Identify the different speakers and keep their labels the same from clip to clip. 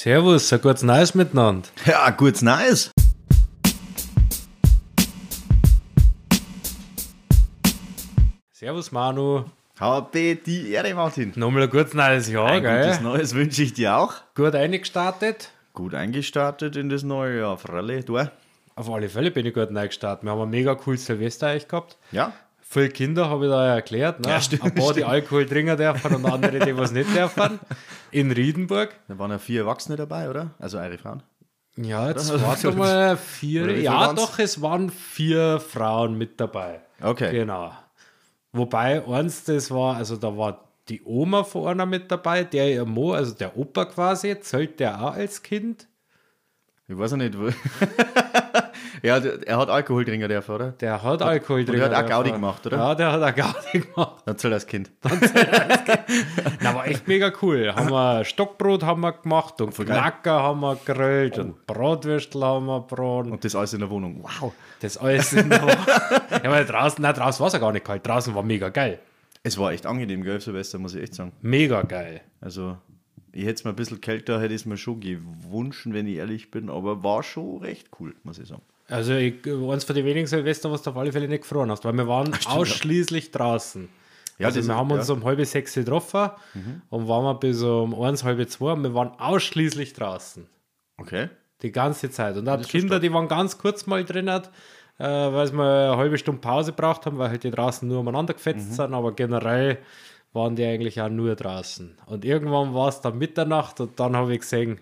Speaker 1: Servus, ein gutes Neues miteinander.
Speaker 2: Ja, gutes Neues.
Speaker 1: Servus Manu.
Speaker 2: Habe die Ehre, Martin.
Speaker 1: Nochmal ein gutes neues Jahr,
Speaker 2: Ein
Speaker 1: gell?
Speaker 2: gutes Neues wünsche ich dir auch.
Speaker 1: Gut eingestartet.
Speaker 2: Gut eingestartet in das neue Jahr, Fralle, du? äh, auch?
Speaker 1: Auf alle Fälle bin ich gut eingestartet. Wir haben ein mega cooles Silvester eigentlich gehabt.
Speaker 2: Ja.
Speaker 1: Viele Kinder habe ich da ja erklärt. Ne?
Speaker 2: Ja, stimmt,
Speaker 1: ein paar, die
Speaker 2: stimmt.
Speaker 1: Alkohol trinken dürfen und andere, die was nicht dürfen. In Riedenburg.
Speaker 2: Da waren ja vier Erwachsene dabei, oder? Also eure Frauen.
Speaker 1: Ja, jetzt
Speaker 2: Oder?
Speaker 1: warte mal. Vier.
Speaker 2: Oder wie viel
Speaker 1: Ja,
Speaker 2: waren's?
Speaker 1: doch, es waren vier Frauen mit dabei.
Speaker 2: Okay.
Speaker 1: Genau. Wobei eins, das war, also da war die Oma von einer mit dabei, der ihr Mo, also der Opa quasi, zählt der auch als Kind.
Speaker 2: Ich weiß ja nicht, wo. ja, der- er hat Alkohol trinken dürfen, oder?
Speaker 1: Der hat Alkohol
Speaker 2: der
Speaker 1: drin.
Speaker 2: hat auch Gaudi gemacht, oder?
Speaker 1: Ja, der hat auch Gaudi gemacht.
Speaker 2: Dann zählt er als Kind.
Speaker 1: Na, war echt mega cool. Haben wir Stockbrot haben wir gemacht und
Speaker 2: geil. Oh.
Speaker 1: Knacker haben wir gegrillt und Bratwürstel haben wir braten.
Speaker 2: Und das alles in der Wohnung. Wow.
Speaker 1: Das alles in der Woche. Ja, weil draußen, nein, draußen war es ja gar nicht kalt. Draußen war mega geil.
Speaker 2: Es war echt angenehm, gell, Silvester, muss ich echt sagen.
Speaker 1: Mega geil.
Speaker 2: Also, ich hätte es mir ein bisschen kälter, hätte ich es mir schon gewünscht, wenn ich ehrlich bin, aber war schon recht cool, muss ich sagen.
Speaker 1: Also ich, eins von den wenigen Silvester, was du auf alle Fälle nicht gefroren hast, weil wir waren ausschließlich draußen.
Speaker 2: Ja,
Speaker 1: also
Speaker 2: das
Speaker 1: wir
Speaker 2: ist-
Speaker 1: haben uns
Speaker 2: ja. Mhm.
Speaker 1: um halb sechs getroffen und waren wir bis um eins, halb zwei und wir waren ausschließlich draußen.
Speaker 2: Okay.
Speaker 1: Die ganze Zeit. Und auch die Kinder, die waren ganz kurz mal drin, hat, äh, weil sie mal eine halbe Stunde Pause braucht haben, weil halt die draußen nur umeinander
Speaker 2: Mhm.
Speaker 1: gefetzt sind, aber generell waren die eigentlich auch nur draußen. Und irgendwann war es dann Mitternacht und dann habe ich gesehen,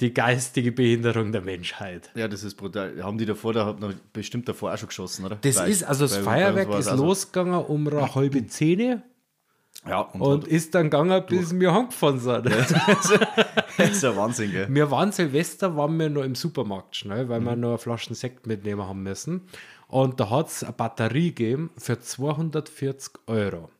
Speaker 1: die geistige Behinderung der Menschheit.
Speaker 2: Ja, das ist brutal. Haben die davor, da hat man bestimmt davor auch schon geschossen, oder?
Speaker 1: Das
Speaker 2: Bei-
Speaker 1: ist, also das
Speaker 2: bei- bei uns
Speaker 1: Feuerwerk
Speaker 2: war's
Speaker 1: ist
Speaker 2: auch so.
Speaker 1: losgegangen um eine halbe Zehn
Speaker 2: Ja, und,
Speaker 1: und ist dann gegangen, bis wir heimgefahren sind.
Speaker 2: das ist ja Wahnsinn, gell?
Speaker 1: Wir waren Silvester, waren wir noch im Supermarkt schnell, weil wir
Speaker 2: Mhm.
Speaker 1: noch Flaschen Sekt mitnehmen haben müssen. Und da hat es eine Batterie gegeben für 240 Euro.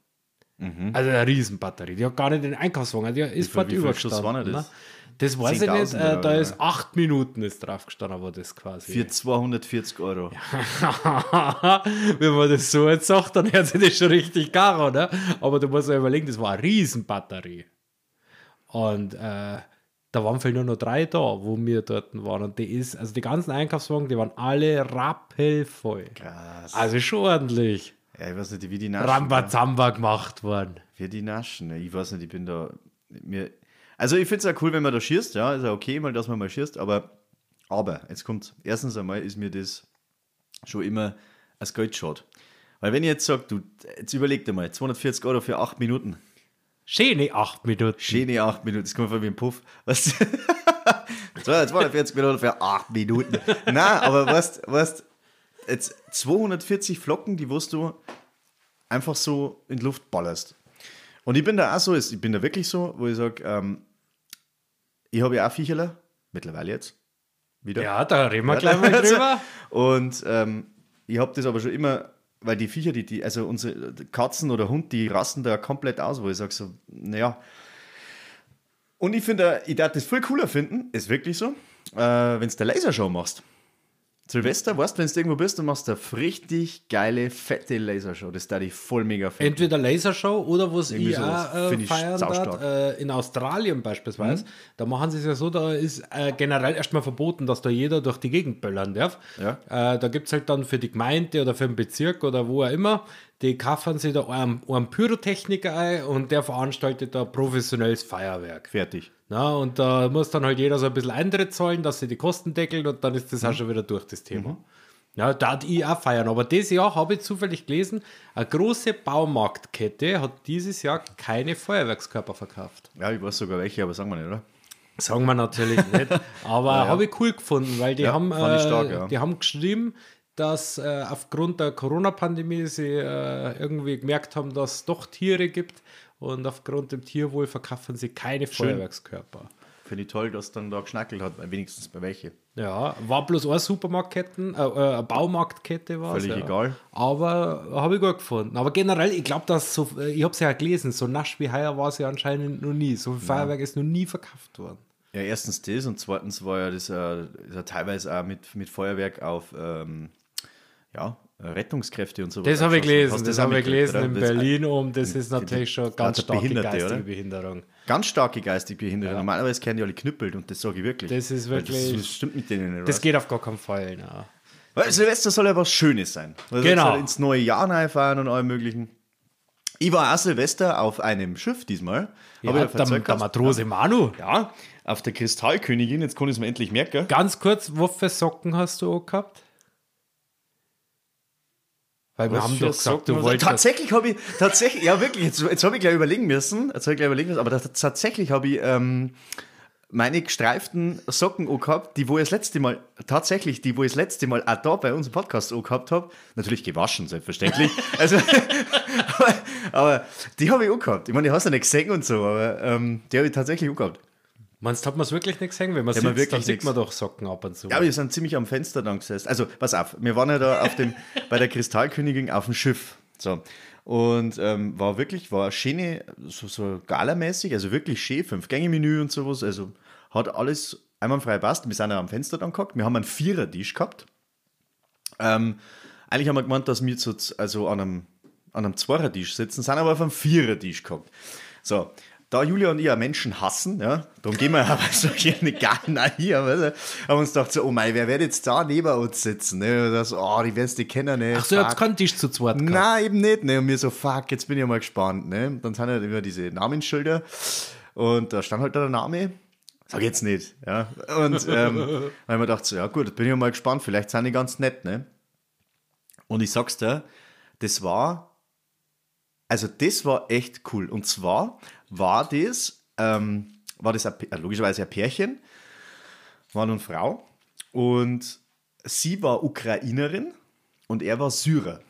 Speaker 1: Also eine Riesenbatterie. Die hat gar nicht den Einkaufswagen, die ist
Speaker 2: viel-
Speaker 1: fast
Speaker 2: Mhm. wie viel Schuss waren
Speaker 1: übergestanden.
Speaker 2: das?
Speaker 1: ne? Das weiß ich nicht,
Speaker 2: 10.000
Speaker 1: äh, da
Speaker 2: oder-
Speaker 1: ist acht Minuten ist drauf gestanden, aber das quasi.
Speaker 2: Für 240 Euro.
Speaker 1: Wenn man das so jetzt sagt, dann hört sich das schon richtig gar an. Ne? Aber du musst ja überlegen, das war eine Riesenbatterie. Und äh, da waren vielleicht nur noch drei da, wo wir dort waren. Und die ist, also die ganzen Einkaufswagen, die waren alle rappelvoll.
Speaker 2: Krass.
Speaker 1: Also schon ordentlich
Speaker 2: Ja, ich weiß nicht, wie die naschen.
Speaker 1: Rambazamba gemacht worden.
Speaker 2: Wie die naschen. ne? Ich weiß nicht, ich bin da. Mir, also, ich finde es ja cool, wenn man da schießt, ja. Ist ja okay, mal, dass man mal schießt, aber. Aber, jetzt kommt. Erstens einmal ist mir das schon immer als Geld schade. Weil, wenn ich jetzt sage, du, jetzt überleg dir mal, 240 Euro für 8 Minuten.
Speaker 1: Schöne acht Minuten.
Speaker 2: Schöne 8 Minuten, das kommt von mir im Puff. Was? 240 Minuten für 8 Minuten. Na, aber was, was, jetzt 240 Flocken, die wirst du einfach so in die Luft ballerst. Und ich bin da auch so, ich bin da wirklich so, wo ich sage, ähm, ich habe ja auch Viecherler, mittlerweile jetzt, wieder.
Speaker 1: Ja, da also reden wir gleich mal drüber.
Speaker 2: Also, Und ähm, ich habe das aber schon immer, weil die Viecher, die, die, also unsere Katzen oder Hund, die rasten da komplett aus, wo ich sage so, naja. Und ich finde, ich darf das viel cooler finden, ist wirklich so, äh, wenn du der Lasershow machst. Silvester, weißt du, wenn du irgendwo bist, dann machst du eine richtig geile, fette Lasershow. Das da ich voll mega finden.
Speaker 1: Entweder Lasershow oder was ich
Speaker 2: sowas.
Speaker 1: auch, äh,
Speaker 2: Find ich
Speaker 1: feiern
Speaker 2: saustark. Mhm.
Speaker 1: darf, äh, in Australien beispielsweise, da machen sie es ja so, da ist äh, generell erstmal verboten, dass da jeder durch die Gegend böllern darf.
Speaker 2: Ja.
Speaker 1: Äh, da gibt es halt dann für die Gemeinde oder für den Bezirk oder wo auch immer, die kaffern sie da einen, einen Pyrotechniker ein und der veranstaltet da professionelles Feuerwerk.
Speaker 2: Fertig.
Speaker 1: Na, und da muss dann halt jeder so ein bisschen Eintritt zahlen, dass sie die Kosten deckeln und dann ist das
Speaker 2: Mhm.
Speaker 1: auch schon wieder durch das Thema. Ja, da hat ich auch feiern. Aber dieses Jahr habe ich zufällig gelesen, eine große Baumarktkette hat dieses Jahr keine Feuerwerkskörper verkauft.
Speaker 2: Ja, ich weiß sogar welche, aber sagen wir nicht, oder?
Speaker 1: Sagen wir natürlich nicht. Aber habe ich cool gefunden, weil die
Speaker 2: Ja,
Speaker 1: haben
Speaker 2: fand ich
Speaker 1: äh,
Speaker 2: stark, ja.
Speaker 1: die haben geschrieben, dass äh, aufgrund der Corona-Pandemie sie äh, irgendwie gemerkt haben, dass es doch Tiere gibt und aufgrund dem Tierwohl verkaufen sie keine Feuerwerkskörper.
Speaker 2: Finde ich toll, dass dann da geschnackelt hat, weil wenigstens bei welche.
Speaker 1: Ja, war bloß eine Supermarktketten, äh, äh, eine Baumarktkette war
Speaker 2: Völlig
Speaker 1: ja.
Speaker 2: egal.
Speaker 1: Aber habe ich gut gefunden. Aber generell, ich glaube, dass so, äh, ich habe es ja gelesen, so nasch wie heuer war es ja anscheinend noch nie. So viel Feuerwerk ist noch nie verkauft worden.
Speaker 2: Ja, erstens das und zweitens war ja das äh, ist ja teilweise auch mit, mit Feuerwerk auf ähm, ja, Rettungskräfte und so
Speaker 1: Das habe ich gelesen,
Speaker 2: Hast du
Speaker 1: das
Speaker 2: auch
Speaker 1: habe ich
Speaker 2: mitgekriegt,
Speaker 1: gelesen in
Speaker 2: oder? Das-
Speaker 1: Berlin um. Das ist
Speaker 2: die-
Speaker 1: natürlich
Speaker 2: die-
Speaker 1: schon ganz
Speaker 2: lauter
Speaker 1: starke
Speaker 2: Behinderte,
Speaker 1: geistige
Speaker 2: oder?
Speaker 1: Behinderung.
Speaker 2: Ganz starke geistig Behinderte. Normalerweise kennen die alle knüppelt und das sage ich wirklich.
Speaker 1: Das ist
Speaker 2: Weil Das,
Speaker 1: wirklich-
Speaker 2: das stimmt mit denen nicht.
Speaker 1: Das
Speaker 2: was?
Speaker 1: geht auf gar keinen Fall. ne. Na.
Speaker 2: Weil Silvester soll ja was Schönes sein. Also
Speaker 1: Genau.
Speaker 2: jetzt Halt ins neue Jahr reinfahren und allem möglichen. Ich war auch Silvester auf einem Schiff
Speaker 1: Ja,
Speaker 2: diesmal. Hab ich ja
Speaker 1: der,
Speaker 2: verzeiht
Speaker 1: der
Speaker 2: gehabt.
Speaker 1: Matrose Manu.
Speaker 2: Ja, auf der Kristallkönigin. Jetzt kann ich es mir endlich merken.
Speaker 1: Ganz kurz, was für Socken hast du auch gehabt? Weil wir
Speaker 2: Was
Speaker 1: haben
Speaker 2: für
Speaker 1: doch gesagt,
Speaker 2: Socken
Speaker 1: du
Speaker 2: hast-
Speaker 1: wolltest.
Speaker 2: Tatsächlich habe ich, tatsächlich, ja wirklich, jetzt, jetzt habe ich gleich überlegen müssen, jetzt habe ich gleich überlegen müssen, aber das, tatsächlich habe ich ähm, meine gestreiften Socken auch gehabt, die wo ich das letzte Mal, tatsächlich, die wo ich das letzte Mal auch da bei unserem Podcast auch gehabt habe, natürlich gewaschen, selbstverständlich, also, aber, aber die habe ich auch gehabt. Ich meine, die hast du nicht gesehen und so, aber ähm, die habe ich tatsächlich auch gehabt.
Speaker 1: Meinst du, hat man es wirklich nicht gesehen? Wenn man
Speaker 2: Ja,
Speaker 1: sieht,
Speaker 2: man wirklich
Speaker 1: dann sieht
Speaker 2: nix.
Speaker 1: man doch Socken ab und zu.
Speaker 2: Ja, wir sind ziemlich am Fenster dann gesessen. Also, pass auf, wir waren ja da auf dem, bei der Kristallkönigin auf dem Schiff. So. Und ähm, war wirklich, war eine schöne, so, so galamäßig, also wirklich schön, Fünf-Gänge-Menü und sowas. Also hat alles einwandfrei passt. Wir sind ja am Fenster dann gehockt. Wir haben einen Vierertisch gehabt. Ähm, eigentlich haben wir gemeint, dass wir zu, also an einem, an einem Zweiertisch sitzen, sind aber auf einem Vierertisch gehabt. So, da Julia und ich ja Menschen hassen, ja, darum gehen wir aber so gerne gar nicht hier, weißt du, haben uns gedacht, so, oh mein, wer wird jetzt da neben uns sitzen? Ne? Und Das, oh, die wirst du kennen, ne?
Speaker 1: Ach so, ihr habt
Speaker 2: fuck.
Speaker 1: keinen Tisch zu zweit gehabt.
Speaker 2: Nein, eben nicht. Ne? Und mir so, fuck, jetzt bin ich mal gespannt. Ne? Und Dann sind halt immer diese Namensschilder und da stand halt da der Name. Sag jetzt nicht. Ja? Und ähm, dann haben wir gedacht, so, ja gut, jetzt bin ich mal gespannt, vielleicht sind die ganz nett. Ne? Und ich sag's dir, das war, also das war echt cool. Und zwar war das, ähm, war das ein, P- äh, logischerweise ein Pärchen, Mann und Frau. Und sie war Ukrainerin und er war Syrer.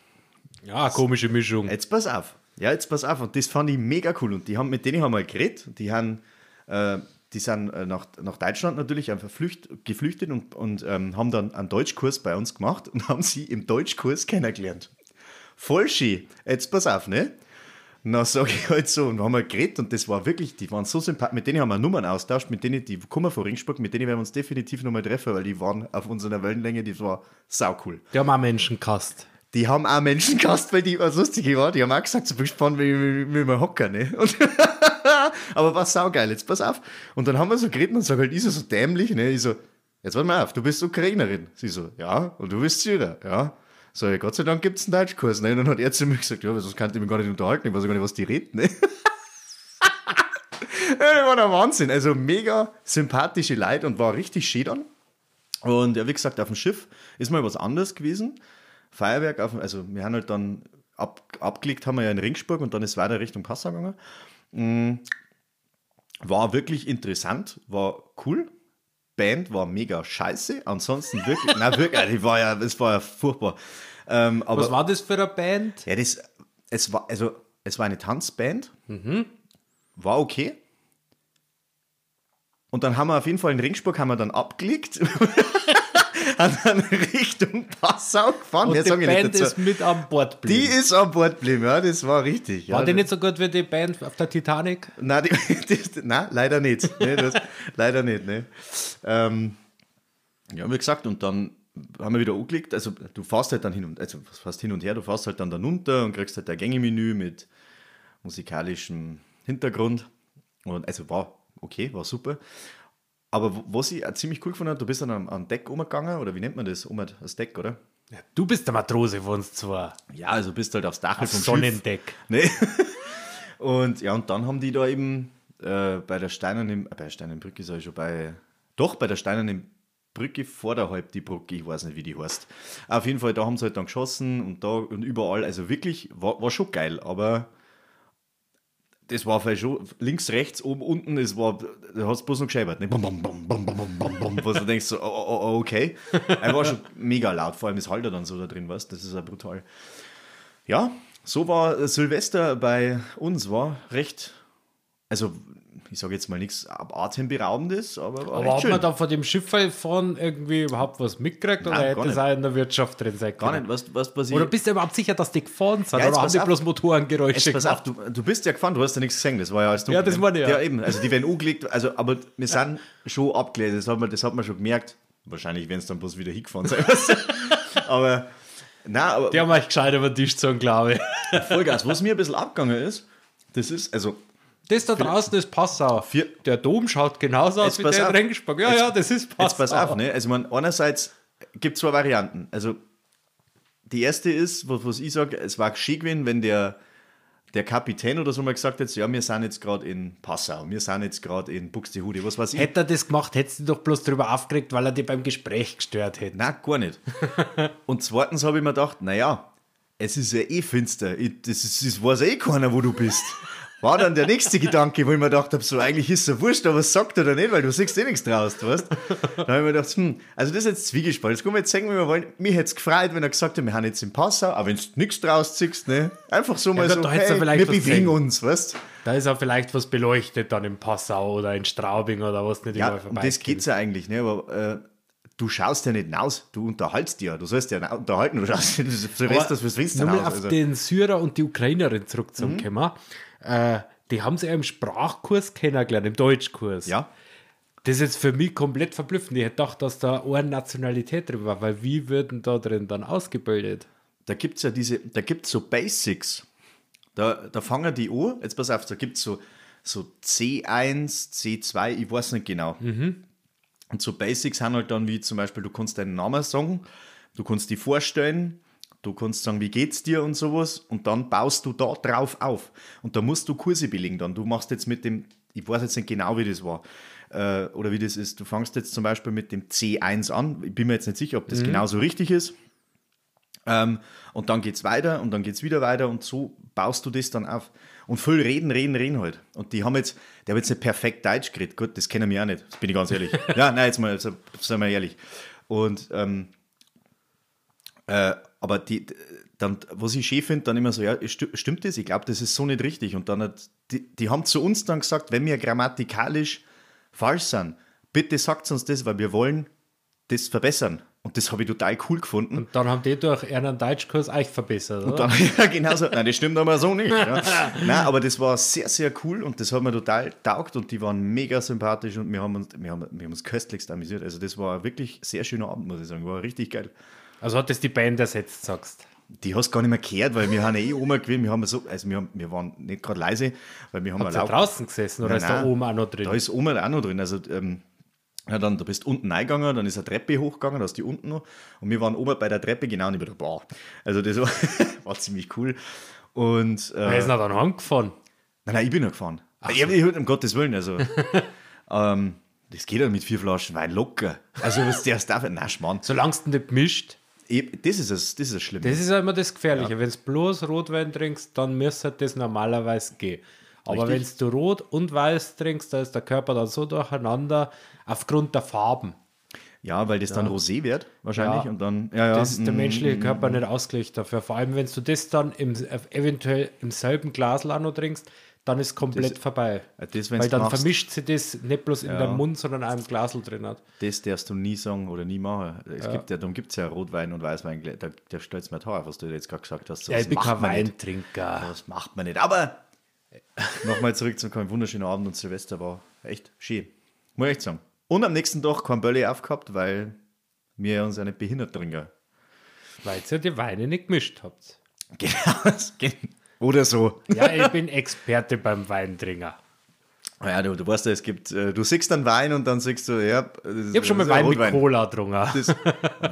Speaker 1: Ja, komische Mischung.
Speaker 2: Jetzt pass auf. Ja, jetzt pass auf. Und das fand ich mega cool. Und die haben, mit denen haben wir geredet. Die haben, äh, die sind äh, nach, nach Deutschland natürlich einfach flücht, geflüchtet und, und ähm, haben dann einen Deutschkurs bei uns gemacht und haben sie im Deutschkurs kennengelernt. Voll schön. Jetzt pass auf, ne? Na, sage ich halt so, und haben wir geredet und das war wirklich, die waren so sympathisch, mit denen haben wir Nummern austauscht, mit denen, die kommen von Ringsburg, mit denen werden wir uns definitiv nochmal treffen, weil die waren auf unserer Wellenlänge, die war sau cool.
Speaker 1: Die haben auch Menschen gehasst.
Speaker 2: Die haben auch Menschen gehasst, weil die, was lustig war, die haben auch gesagt, so bin gespannt, wie, wie, wie wir hocken, ne? Und aber war saugeil, jetzt pass auf. Und dann haben wir so geredet und sag halt, ich so, so dämlich, ne? Ich so, jetzt warte mal auf, du bist Ukrainerin. Sie so, ja, und du bist Syrer, ja. So, ja, Gott sei Dank gibt's einen Deutschkurs, ne? Und dann hat er zu mir gesagt, ja, aber sonst kann ich mich gar nicht unterhalten, ich weiß gar nicht, was die reden, ne? ja, das war der Wahnsinn. Also mega sympathische Leute und war richtig schön dann. Und ja, wie gesagt, auf dem Schiff ist mal was anderes gewesen. Feuerwerk, auf, dem- also wir haben halt dann ab, abgelegt, haben wir ja in Ringsburg und dann ist weiter Richtung Passau gegangen. Mm, War wirklich interessant, war cool. Band war mega scheiße. Ansonsten wirklich, na wirklich, die war ja, es war ja furchtbar. Ähm, aber
Speaker 1: Was war das für eine Band?
Speaker 2: ja, das, es war, also, es war eine Tanzband.
Speaker 1: Mhm.
Speaker 2: War okay. Und dann haben wir auf jeden Fall in Ringsburg haben wir dann abgelegt. haben dann Richtung Passau gefahren.
Speaker 1: Und
Speaker 2: Mehr
Speaker 1: die
Speaker 2: sag ich nicht
Speaker 1: Band
Speaker 2: dazu.
Speaker 1: ist mit an Bord
Speaker 2: die
Speaker 1: geblieben.
Speaker 2: ist an Bord geblieben, ja, das war richtig.
Speaker 1: War
Speaker 2: ja,
Speaker 1: die nicht so gut wie die Band auf der Titanic?
Speaker 2: Nein, die, die, nein leider nicht. Ne, das, leider nicht. Ne. Ähm, ja, wie gesagt, und dann haben wir wieder angelegt. Also, du fährst halt dann hin und, also, was fährst hin und her, du fährst halt dann dann runter und kriegst halt ein Gängemenü mit musikalischem Hintergrund. Und also war okay, war super. Aber wo- was ich auch ziemlich cool gefunden habe, du bist dann am, am Deck umgegangen, oder wie nennt man das? Um das Deck, oder?
Speaker 1: Du bist der Matrose von uns zwar.
Speaker 2: Ja, also bist halt aufs Dach vom Schiff.
Speaker 1: Sonnendeck.
Speaker 2: Nee. Und ja, und dann haben die da eben äh, bei der Steinernen, äh, bei Steinernen Brücke sag ich schon, bei, doch bei der Steinernen Brücke vor der Halb die Brücke, ich weiß nicht, wie die heißt. Auf jeden Fall, da haben sie halt dann geschossen und da und überall, also wirklich, war, war schon geil, aber das war vielleicht schon links, rechts, oben, unten, es war, da hat es bloß noch gescheitert. Ne? Bum, bum, bum, bum, bum, bum, bum, bum, was du denkst, so, oh, oh, oh, okay. Er war schon mega laut, vor allem das Halter dann so da drin, weißt du, das ist ja brutal. Ja, so war äh, Silvester bei uns, war recht, also ich sage jetzt mal nichts ab- atemberaubendes, aber war
Speaker 1: Aber
Speaker 2: recht
Speaker 1: hat
Speaker 2: schön.
Speaker 1: man da von dem Schiff von irgendwie überhaupt was mitgekriegt
Speaker 2: Nein,
Speaker 1: oder
Speaker 2: gar
Speaker 1: hätte es
Speaker 2: nicht.
Speaker 1: auch in der Wirtschaft drin sein
Speaker 2: Gar
Speaker 1: können?
Speaker 2: nicht, was, was, was ich...
Speaker 1: Oder bist du überhaupt sicher, dass die gefahren sind?
Speaker 2: Ja, jetzt
Speaker 1: oder haben
Speaker 2: pass
Speaker 1: die
Speaker 2: auf.
Speaker 1: bloß Motorengeräusche
Speaker 2: Jetzt pass auf, du, du bist ja gefahren, du hast ja nichts gesehen, das war ja alles dunkel.
Speaker 1: Ja, das
Speaker 2: ne?
Speaker 1: meine ich, ja.
Speaker 2: Ja, eben, also die werden angelegt, also, aber wir sind schon abgelehnt, das hat man, das hat man schon gemerkt. Wahrscheinlich werden es dann bloß wieder hingefahren sein. aber Nein, aber
Speaker 1: Die haben euch gescheit über den Tisch gezogen, glaube ich.
Speaker 2: Vollgas, was mir ein bisschen abgegangen ist, das ist, also,
Speaker 1: Das da draußen ist Passau.
Speaker 2: Vier-
Speaker 1: Der Dom schaut genauso aus
Speaker 2: Jetzt
Speaker 1: wie
Speaker 2: pass
Speaker 1: der
Speaker 2: auf.
Speaker 1: in Rengesburg. Ja,
Speaker 2: Jetzt-
Speaker 1: ja, das ist Passau.
Speaker 2: jetzt pass auf, ne? Also, man, einerseits gibt es zwei Varianten. Also, die erste ist, was, was ich sage, es war geschickt gewesen, wenn der, der Kapitän oder so mal gesagt hätte, ja, wir sind jetzt gerade in Passau, wir sind jetzt gerade in Buxtehude, was weiß ich.
Speaker 1: Hätte er das gemacht, hättest du dich doch bloß drüber aufgeregt, weil er dich beim Gespräch gestört hätte.
Speaker 2: Nein, gar nicht. Und zweitens habe ich mir gedacht, naja, es ist ja eh finster. Ich, das, ist, das weiß eh keiner, wo du bist. War dann der nächste Gedanke, wo ich mir gedacht habe, so eigentlich ist es wurscht, aber es sagt er oder nicht, weil du siehst eh nichts draus, du weißt. Dann habe ich mir gedacht, hm, also das ist jetzt Zwiegespalt. Jetzt können wir jetzt sehen, wie wir wollen. Mich hätte es gefreut, wenn er gesagt hätte, wir haben jetzt in Passau, aber wenn du nichts draus ziehst, ne? Einfach so mal
Speaker 1: gut,
Speaker 2: so,
Speaker 1: da hättest du
Speaker 2: hey,
Speaker 1: vielleicht
Speaker 2: wir
Speaker 1: was gesehen.
Speaker 2: bewegen uns, weißt
Speaker 1: Da ist auch vielleicht was beleuchtet dann in Passau oder in Straubing oder was nicht
Speaker 2: Ja,
Speaker 1: überall
Speaker 2: um das geht es ja eigentlich, ne? aber äh, du schaust ja nicht hinaus, du unterhaltst dich ja, du sollst ja na- unterhalten, du schaust du
Speaker 1: Aber
Speaker 2: rest das fürs Fenster
Speaker 1: nochmal
Speaker 2: hinaus.
Speaker 1: auf
Speaker 2: Also, Mhm.
Speaker 1: den Syrer und die Ukrainerin zurückzukommen. Äh, die haben sie ja im Sprachkurs kennengelernt, im Deutschkurs.
Speaker 2: ja,
Speaker 1: Das ist jetzt für mich komplett verblüffend. Ich hätte gedacht, dass da eine Nationalität drin war, weil wie würden da drin dann ausgebildet?
Speaker 2: da gibt es ja diese, da gibt so Basics, da, da fangen die an, jetzt pass auf, da gibt es so, so C1, C2, ich weiß nicht genau. Und so Basics sind halt dann wie zum Beispiel, du kannst deinen Namen sagen, du kannst dich vorstellen, du kannst sagen, wie geht's dir und sowas und dann baust du da drauf auf. Und da musst du Kurse billigen dann. Du machst jetzt mit dem, ich weiß jetzt nicht genau, wie das war äh, oder wie das ist, du fangst jetzt zum Beispiel mit dem C1 an, ich bin mir jetzt nicht sicher, ob das genauso richtig ist. Ähm, und dann geht's weiter und dann geht's wieder weiter und so baust du das dann auf. Und viel reden, reden, reden halt. Und die haben jetzt, der hat jetzt nicht perfekt Deutsch geredet. Gut, das kennen wir auch nicht. Das bin ich ganz ehrlich. ja, nein, jetzt mal, seien wir ehrlich. Und, ähm, äh, aber die, dann, was ich schön finde, dann immer so, ja, sti- stimmt das? Ich glaube, das ist so nicht richtig. Und dann hat, die, die haben zu uns dann gesagt, wenn wir grammatikalisch falsch sind, bitte sagt uns das, weil wir wollen das verbessern. Und das habe ich total cool gefunden.
Speaker 1: Und dann haben die durch einen Deutschkurs euch verbessert. Oder?
Speaker 2: Dann, ja, genau so. Nein, das stimmt aber so nicht. Ja. Nein, aber das war sehr, sehr cool und das hat mir total taugt und die waren mega sympathisch und wir haben uns, wir haben, wir haben uns köstlichst amüsiert. Also das war wirklich ein sehr schöner Abend, muss ich sagen. War richtig geil.
Speaker 1: also hat das die Band ersetzt, sagst
Speaker 2: Die hast du gar nicht mehr gehört, weil wir haben ja eh oben gewesen. Wir haben so, also wir, haben, wir waren nicht gerade leise, weil wir haben
Speaker 1: Ist er
Speaker 2: laut-
Speaker 1: draußen gesessen oder
Speaker 2: Nein,
Speaker 1: ist da
Speaker 2: nein.
Speaker 1: oben auch noch drin?
Speaker 2: Da ist Oma auch noch drin. Also, ähm, ja, dann, du bist unten reingegangen, dann ist eine Treppe hochgegangen, da ist die unten noch. Und wir waren oben bei der Treppe genau neben der Bar. Also, das war, war ziemlich cool. Und, äh,
Speaker 1: Wer ist noch dann heimgefahren?
Speaker 2: Nein, nein, ich bin noch gefahren. Ich, ich, um Gottes Willen, also. ähm, das geht ja mit vier Flaschen Wein locker. Also, was der darf, nein, Schmarrn.
Speaker 1: Solange du nicht mischt.
Speaker 2: Ich- Das ist das, das, ist das Schlimme.
Speaker 1: Das ist ja immer das Gefährliche. Wenn du bloß Rotwein trinkst, dann müsste halt das normalerweise gehen. Aber wenn
Speaker 2: Richtig.
Speaker 1: du Rot und Weiß trinkst, da ist der Körper dann so durcheinander aufgrund der Farben.
Speaker 2: ja, weil das dann Rosé wird, wahrscheinlich.
Speaker 1: Ja.
Speaker 2: Und dann, ja, ja.
Speaker 1: Das ist der
Speaker 2: mm,
Speaker 1: menschliche Körper nicht ausgelegt dafür. Vor allem, wenn du das dann im, eventuell im selben Glas auch noch trinkst, dann ist komplett vorbei.
Speaker 2: das, wenn's
Speaker 1: Weil dann
Speaker 2: machst.
Speaker 1: vermischt sie das nicht bloß in deinem Mund, sondern auch im Glasl drin hat.
Speaker 2: das darfst du nie sagen oder nie machen. Es gibt ja, darum gibt es ja Rotwein und Weißwein. Da, da stellt es mir Tor auf, was du jetzt gerade gesagt hast.
Speaker 1: Ja,
Speaker 2: Das
Speaker 1: ich bin
Speaker 2: macht
Speaker 1: kein
Speaker 2: man nicht.
Speaker 1: Weintrinker.
Speaker 2: Das macht man nicht. Aber nochmal zurück zum kein wunderschöner Abend und Silvester war echt schön. Muss ich echt sagen. Und am nächsten Tag kein Bölli aufgehabt, weil wir uns ja nicht behindert trinken.
Speaker 1: Weil ihr die Weine nicht gemischt habt.
Speaker 2: Genau. das geht. Oder so.
Speaker 1: Ja, ich bin Experte beim Weintrinken.
Speaker 2: Naja, du, du weißt ja, es gibt, äh, du siehst dann Wein und dann siehst du, ja, das ist-
Speaker 1: Ich habe schon
Speaker 2: das
Speaker 1: mal
Speaker 2: ist ja
Speaker 1: Wein mit
Speaker 2: Rotwein.
Speaker 1: Cola getrunken.
Speaker 2: Das,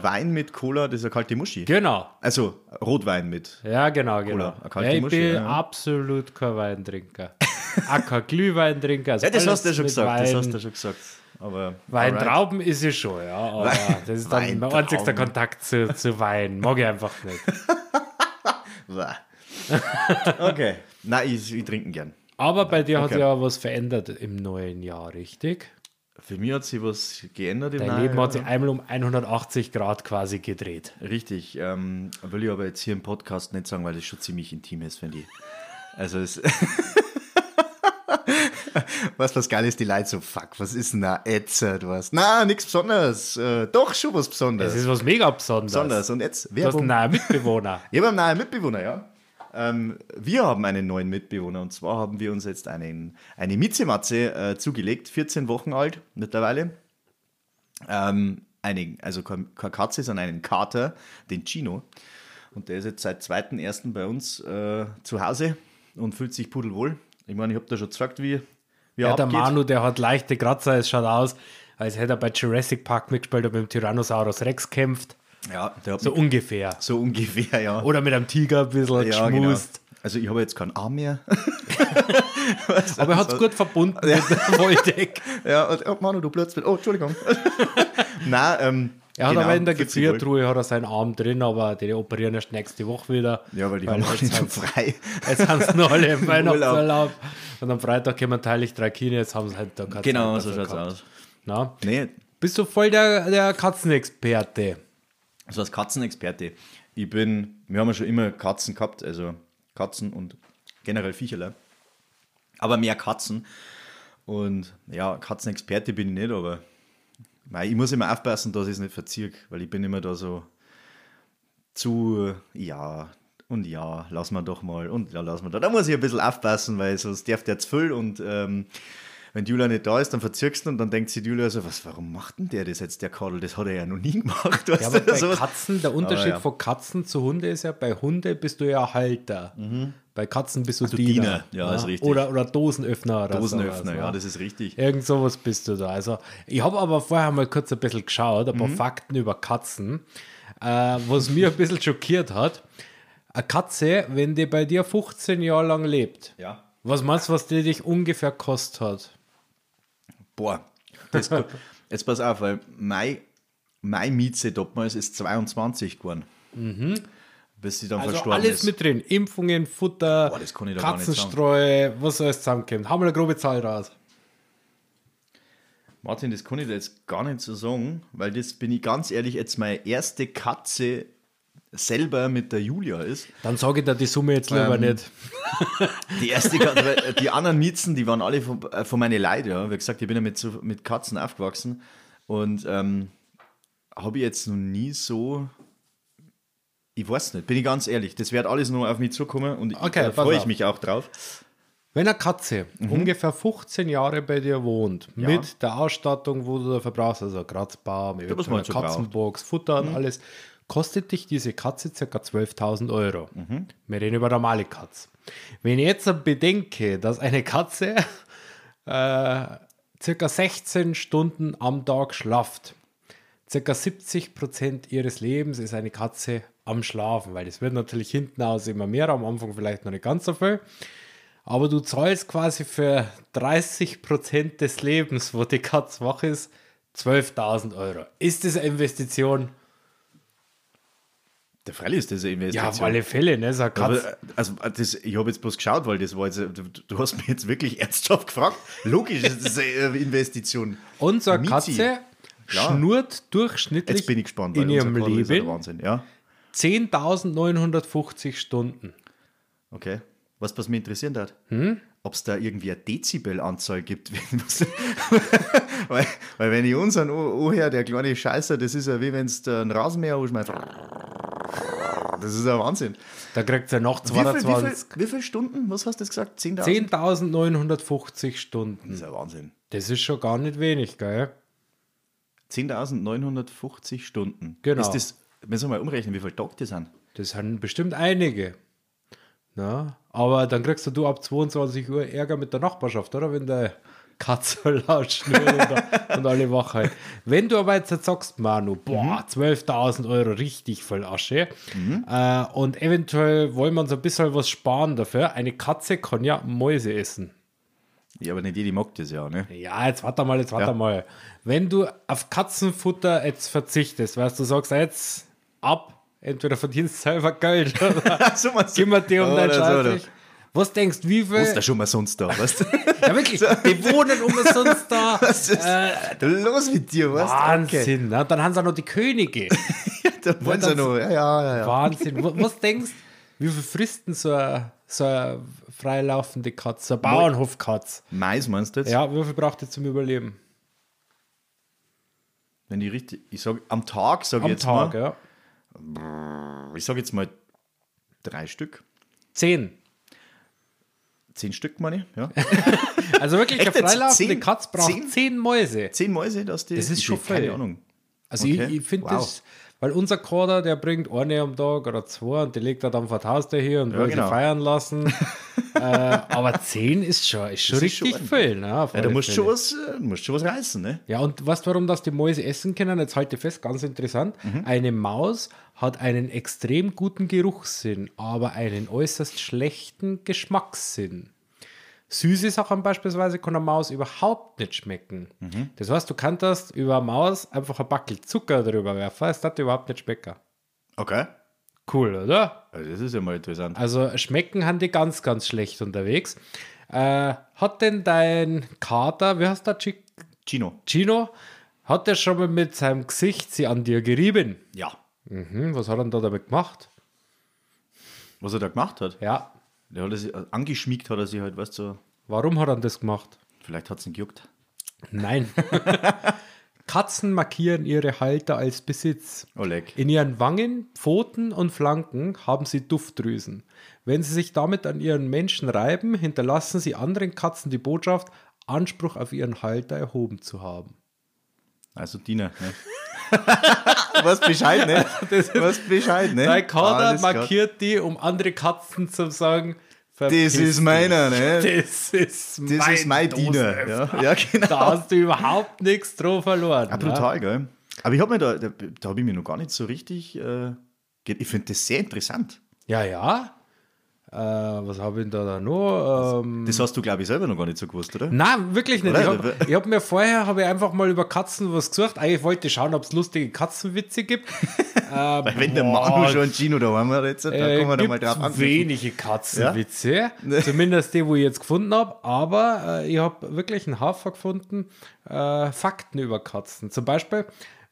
Speaker 2: Wein mit Cola, das ist eine kalte Muschi.
Speaker 1: Genau.
Speaker 2: Also Rotwein mit.
Speaker 1: Ja, genau, genau.
Speaker 2: eine
Speaker 1: ja,
Speaker 2: kalte
Speaker 1: ich
Speaker 2: Muschi,
Speaker 1: bin
Speaker 2: ja.
Speaker 1: absolut kein Weintrinker. auch kein Glühweintrinker. Also
Speaker 2: Ja, das
Speaker 1: alles
Speaker 2: hast du ja schon
Speaker 1: mit
Speaker 2: gesagt. Das
Speaker 1: Wein-
Speaker 2: hast du ja schon gesagt. Aber alright.
Speaker 1: Weintrauben ist es schon, ja. Aber
Speaker 2: Wein-
Speaker 1: das ist dann mein
Speaker 2: Weintrauben.
Speaker 1: einzigster Kontakt zu, zu Wein. Mag ich einfach nicht.
Speaker 2: Okay. Nein, ich, ich trinke gern.
Speaker 1: Aber bei dir hat
Speaker 2: Okay.
Speaker 1: ja was verändert im neuen Jahr, richtig?
Speaker 2: Für mich hat sich was geändert im
Speaker 1: Dein
Speaker 2: neuen
Speaker 1: Leben
Speaker 2: Jahr.
Speaker 1: hat sich einmal um 180 Grad quasi gedreht.
Speaker 2: Richtig, ähm, will ich aber jetzt hier im Podcast nicht sagen, weil das schon ziemlich intim ist, finde ich. Also es Was was geil ist, die Leute so, fuck, was ist denn da jetzt was? Na, nichts Besonderes. Äh, doch, schon was Besonderes.
Speaker 1: Das ist was mega Besonderes.
Speaker 2: Besonderes. Und jetzt,
Speaker 1: Du hast einen
Speaker 2: Werbung.
Speaker 1: neuen Mitbewohner.
Speaker 2: Ich habe einen neuen Mitbewohner, ja. Ähm, wir haben einen neuen Mitbewohner und zwar haben wir uns jetzt einen, eine Mitzematze äh, zugelegt, 14 Wochen alt mittlerweile. Ähm, eine, also keine keine Katze, sondern einen Kater, den Chino. Und der ist jetzt seit 2.1. bei uns äh, zu Hause und fühlt sich pudelwohl. Ich meine, ich habe da schon gesagt, wie, wie
Speaker 1: Ja,
Speaker 2: er
Speaker 1: der
Speaker 2: abgeht.
Speaker 1: Manu, der hat leichte Kratzer, es schaut aus, als hätte er bei Jurassic Park mitgespielt und mit dem Tyrannosaurus Rex kämpft.
Speaker 2: Ja, der hat
Speaker 1: So ungefähr.
Speaker 2: so ungefähr, ja.
Speaker 1: Oder mit einem Tiger ein bisschen
Speaker 2: ja, genau.
Speaker 1: geschmust.
Speaker 2: Also ich habe jetzt keinen Arm mehr.
Speaker 1: Aber er hat es gut verbunden mit dem Volldeck.
Speaker 2: ja, und, oh, Manu, du plötzlich. Oh, Entschuldigung. Nein, ähm,
Speaker 1: Er hat
Speaker 2: genau,
Speaker 1: aber in der
Speaker 2: fühlt sich wohl.
Speaker 1: Gefriertruhe hat er seinen Arm drin, aber die operieren erst nächste Woche wieder.
Speaker 2: Ja, weil die haben auch
Speaker 1: jetzt
Speaker 2: nicht so
Speaker 1: haben's-
Speaker 2: frei.
Speaker 1: Jetzt haben sie noch alle im
Speaker 2: Urlaub.
Speaker 1: Weihnachtsurlaub. Und am Freitag kommen teilig drei Kine, jetzt haben sie halt da keine
Speaker 2: Genau,
Speaker 1: Zeit
Speaker 2: so
Speaker 1: dafür
Speaker 2: schaut's
Speaker 1: gehabt.
Speaker 2: aus.
Speaker 1: Na?
Speaker 2: Nee,
Speaker 1: Bist du voll der, der Katzenexperte?
Speaker 2: also als Katzenexperte. Ich bin, wir haben ja schon immer Katzen gehabt, also Katzen und generell Viecherle. Aber mehr Katzen. Und ja, Katzenexperte bin ich nicht, aber mei, ich muss immer aufpassen, dass ich es nicht verziehe, weil ich bin immer da so zu, äh, ja, und ja, lass mal doch mal, und ja, lass mal da. Da muss ich ein bisschen aufpassen, weil sonst darf der zu viel und ähm, wenn die Julia nicht da ist, dann verzirkst du ihn und dann denkt sich die Julia so, was, warum macht denn der das jetzt, der Kadel? Das hat er ja noch nie gemacht. Weißt
Speaker 1: Ja, aber
Speaker 2: du,
Speaker 1: bei
Speaker 2: sowas.
Speaker 1: Katzen, der Unterschied
Speaker 2: ja.
Speaker 1: von Katzen zu Hunde ist ja, bei Hunde bist du ja Halter. Bei Katzen bist du
Speaker 2: Mhm. Also Diener.
Speaker 1: Diener.
Speaker 2: Ja, ist richtig.
Speaker 1: Oder, oder Dosenöffner. Oder sowas,
Speaker 2: Dosenöffner,
Speaker 1: ne?
Speaker 2: ja, das ist richtig.
Speaker 1: Irgend sowas bist du da. Also, ich habe aber vorher mal kurz ein bisschen geschaut, ein paar
Speaker 2: Mhm.
Speaker 1: Fakten über Katzen, äh, was mir ein bisschen schockiert hat. Eine Katze, wenn die bei dir 15 Jahre lang lebt,
Speaker 2: Ja.
Speaker 1: was meinst du, was die dich ungefähr kostet hat?
Speaker 2: Boah, das, jetzt pass auf, weil mein, mein Mieze damals ist 22 geworden. Bis sie dann
Speaker 1: Mhm. Also
Speaker 2: verstorben
Speaker 1: alles
Speaker 2: ist.
Speaker 1: mit drin. Impfungen, Futter,
Speaker 2: Boah, das kann ich doch gar nicht sagen.
Speaker 1: Katzenstreu, was alles zusammenkommt. Haben wir eine grobe Zahl raus.
Speaker 2: Martin, das kann ich dir jetzt gar nicht so sagen, weil das, bin ich ganz ehrlich, jetzt meine erste Katze selber mit der Julia ist.
Speaker 1: Dann sage ich dir die Summe jetzt
Speaker 2: Ähm,
Speaker 1: lieber nicht.
Speaker 2: Die erste Katze, weil äh, die anderen Miezen, die waren alle von, äh, von meinen Leiden. Ja. Wie gesagt, ich bin ja mit, so, mit Katzen aufgewachsen und ähm, habe ich jetzt noch nie so. Ich weiß nicht, bin ich ganz ehrlich. Das wird alles nur auf mich zukommen und
Speaker 1: Okay,
Speaker 2: da
Speaker 1: pass
Speaker 2: freue ich
Speaker 1: auf.
Speaker 2: mich auch drauf.
Speaker 1: Wenn eine Katze ungefähr 15 Jahre bei dir wohnt, mit der Ausstattung, wo du da verbrauchst, also Kratzbaum,
Speaker 2: was
Speaker 1: eventuell
Speaker 2: man
Speaker 1: eine
Speaker 2: so braucht.
Speaker 1: Katzenbox, Futter und alles, kostet dich diese Katze ca. 12.000 Euro. Wir reden über normale Katze. Wenn ich jetzt bedenke, dass eine Katze äh, circa 16 Stunden am Tag schlaft. Circa 70 Prozent ihres Lebens ist eine Katze am Schlafen, weil es wird natürlich hinten aus immer mehr, am Anfang vielleicht noch nicht ganz so viel. Aber du zahlst quasi für 30 Prozent des Lebens, wo die Katze wach ist, 12.000 Euro. Ist das eine Investition?
Speaker 2: Der Fall ist das eine
Speaker 1: Ja, auf
Speaker 2: Investition.
Speaker 1: alle Fälle, ne? So eine Katze.
Speaker 2: aber, äh, also, äh, das, ich habe jetzt bloß geschaut, weil das war jetzt, äh, du, du hast mich jetzt wirklich ernsthaft gefragt. Logisch ist das eine äh, Investition.
Speaker 1: Unsere
Speaker 2: Mizi.
Speaker 1: Katze
Speaker 2: Ja.
Speaker 1: schnurrt durchschnittlich
Speaker 2: Jetzt bin ich gespannt,
Speaker 1: in ihrem
Speaker 2: unser Kadel ist ja der
Speaker 1: Leben
Speaker 2: Wahnsinn, ja.
Speaker 1: 10.950 Stunden.
Speaker 2: Okay. Was, was mich interessieren hat,
Speaker 1: Hm?
Speaker 2: ob es da irgendwie eine Dezibelanzahl gibt. wenn- was- weil, weil wenn ich unseren O- anhöre, der kleine Scheißer, das ist ja wie wenn es einen Rasenmäher anschmeißt. Das ist ja Wahnsinn.
Speaker 1: Da kriegt er noch
Speaker 2: Wie viel, wie,
Speaker 1: 220.
Speaker 2: viel, wie viel Stunden? Was hast du jetzt gesagt? 10.000?
Speaker 1: 10.950 Stunden.
Speaker 2: Das ist ja Wahnsinn.
Speaker 1: Das ist schon gar nicht wenig, gell?
Speaker 2: 10.950 Stunden.
Speaker 1: Genau.
Speaker 2: Ist das, müssen wir mal umrechnen, wie viele Tage das sind.
Speaker 1: Das sind bestimmt einige. Na, aber dann kriegst du ab 22 Uhr Ärger mit der Nachbarschaft, oder? Wenn der Katze laut schnurrt und, und alle wach halt. Wenn du aber jetzt sagst, Manu, boah, 12.000 Euro, richtig voll Asche. Äh, und eventuell wollen wir uns ein bisschen was sparen dafür. Eine Katze kann ja Mäuse essen.
Speaker 2: Ja, aber nicht jede mag das ja, ne?
Speaker 1: Ja, jetzt warte mal, jetzt warte
Speaker 2: Ja.
Speaker 1: mal. Wenn du auf Katzenfutter jetzt verzichtest, weißt du, sagst jetzt ab, entweder verdienst du selber Geld oder
Speaker 2: Also so Oh, meinst du?
Speaker 1: gib mir die um deinen
Speaker 2: Oder so, oder?
Speaker 1: Scheiß. Was denkst du, wie viel?
Speaker 2: Ist da schon mal sonst da, weißt du?
Speaker 1: Ja, wirklich, die wohnen um umsonst da.
Speaker 2: Was ist los mit dir, weißt du? Okay.
Speaker 1: Äh. Wahnsinn, ne? dann haben sie auch noch die Könige.
Speaker 2: Da wollen sie
Speaker 1: dann-
Speaker 2: noch. Ja, ja, ja. ja.
Speaker 1: Wahnsinn. Wa- Was denkst du, wie viel frisst denn so eine, so eine freilaufende Katze, so eine Bauernhofkatze?
Speaker 2: Mais meinst du jetzt?
Speaker 1: Ja, wie viel braucht ihr zum Überleben?
Speaker 2: Wenn die richtig, ich sag am Tag, sage ich
Speaker 1: Am
Speaker 2: jetzt
Speaker 1: Tag,
Speaker 2: mal,
Speaker 1: ja.
Speaker 2: ich sage jetzt mal drei Stück,
Speaker 1: Zehn.
Speaker 2: zehn Stück meine ich, ja.
Speaker 1: Also wirklich,
Speaker 2: Echt
Speaker 1: eine
Speaker 2: jetzt?
Speaker 1: freilaufende
Speaker 2: Zehn?
Speaker 1: Katze braucht
Speaker 2: Zehn?
Speaker 1: zehn Mäuse.
Speaker 2: zehn Mäuse, dass die,
Speaker 1: Das ist
Speaker 2: ich
Speaker 1: schon
Speaker 2: hab keine
Speaker 1: viel.
Speaker 2: Ahnung.
Speaker 1: Also
Speaker 2: Okay.
Speaker 1: ich, ich finde
Speaker 2: Wow.
Speaker 1: das, Weil unser Kader, der bringt eine am Tag oder zwei und die legt er dann vor die Haustür hier und
Speaker 2: Ja,
Speaker 1: will
Speaker 2: genau.
Speaker 1: sie feiern lassen. äh, aber zehn ist schon, ist schon
Speaker 2: Das ist
Speaker 1: richtig
Speaker 2: schon
Speaker 1: viel. Ne, auf
Speaker 2: Ja, da
Speaker 1: alle
Speaker 2: musst du
Speaker 1: Fälle.
Speaker 2: schon was, äh, musst schon was reißen, ne?
Speaker 1: Ja, und weißt du, warum das die Mäuse essen können? Jetzt halte ich fest, ganz interessant. Eine Maus hat einen extrem guten Geruchssinn, aber einen äußerst schlechten Geschmackssinn. Süße Sachen beispielsweise kann eine Maus überhaupt nicht schmecken. Das heißt, du kannst über eine Maus einfach ein Backel Zucker drüber werfen, es hat überhaupt nicht schmecken.
Speaker 2: Okay.
Speaker 1: Cool, oder?
Speaker 2: Also das ist ja mal interessant.
Speaker 1: Also schmecken haben die ganz, ganz schlecht unterwegs. Äh, hat denn dein Kater, wie heißt der Chick?
Speaker 2: Chino.
Speaker 1: Gino hat er schon mal mit seinem Gesicht sie an dir gerieben.
Speaker 2: Ja.
Speaker 1: Mhm, was hat er denn da damit gemacht?
Speaker 2: Was er da gemacht hat.
Speaker 1: Ja,
Speaker 2: Der hat er sich, also angeschmiegt hat er sich halt, weißt du, so,
Speaker 1: warum hat er das gemacht?
Speaker 2: vielleicht hat es ihn gejuckt.
Speaker 1: Nein. Katzen markieren ihre Halter als Besitz.
Speaker 2: Oleg.
Speaker 1: In ihren Wangen, Pfoten und Flanken haben sie Duftdrüsen. Wenn sie sich damit an ihren Menschen reiben, hinterlassen sie anderen Katzen die Botschaft, Anspruch auf ihren Halter erhoben zu haben.
Speaker 2: Also Diener, ne? Was Bescheid, ne? Was Bescheid, ne?
Speaker 1: Dein Kader
Speaker 2: Alles klar.
Speaker 1: markiert die, um andere Katzen zu sagen,
Speaker 2: Das ist meiner, ne?
Speaker 1: Das ist
Speaker 2: Das ist mein Diener. Ja, ja genau.
Speaker 1: Da hast du überhaupt nichts drauf verloren. ne?
Speaker 2: Ja, brutal, gell? Aber ich habe mir da, da, da habe ich mir noch gar nicht so richtig. Äh, ge- ich finde das sehr interessant.
Speaker 1: Ja, ja. ja. Äh, was habe ich denn da, da noch? Ähm,
Speaker 2: Das hast du, glaube ich, selber noch gar nicht so gewusst, oder?
Speaker 1: Nein, wirklich nicht. Ich
Speaker 2: Oder?
Speaker 1: habe hab mir vorher hab ich einfach mal über Katzen was gesucht. Eigentlich wollte ich schauen, ob es lustige Katzenwitze gibt. Ähm,
Speaker 2: Weil wenn der Manu schon Gino da waren wir jetzt, da
Speaker 1: Äh,
Speaker 2: kommen wir da mal
Speaker 1: gibt's
Speaker 2: drauf an.
Speaker 1: wenige Katzenwitze, zumindest die, wo ich jetzt gefunden habe. Aber äh, ich habe wirklich einen Hafer gefunden, äh, Fakten über Katzen. Zum Beispiel,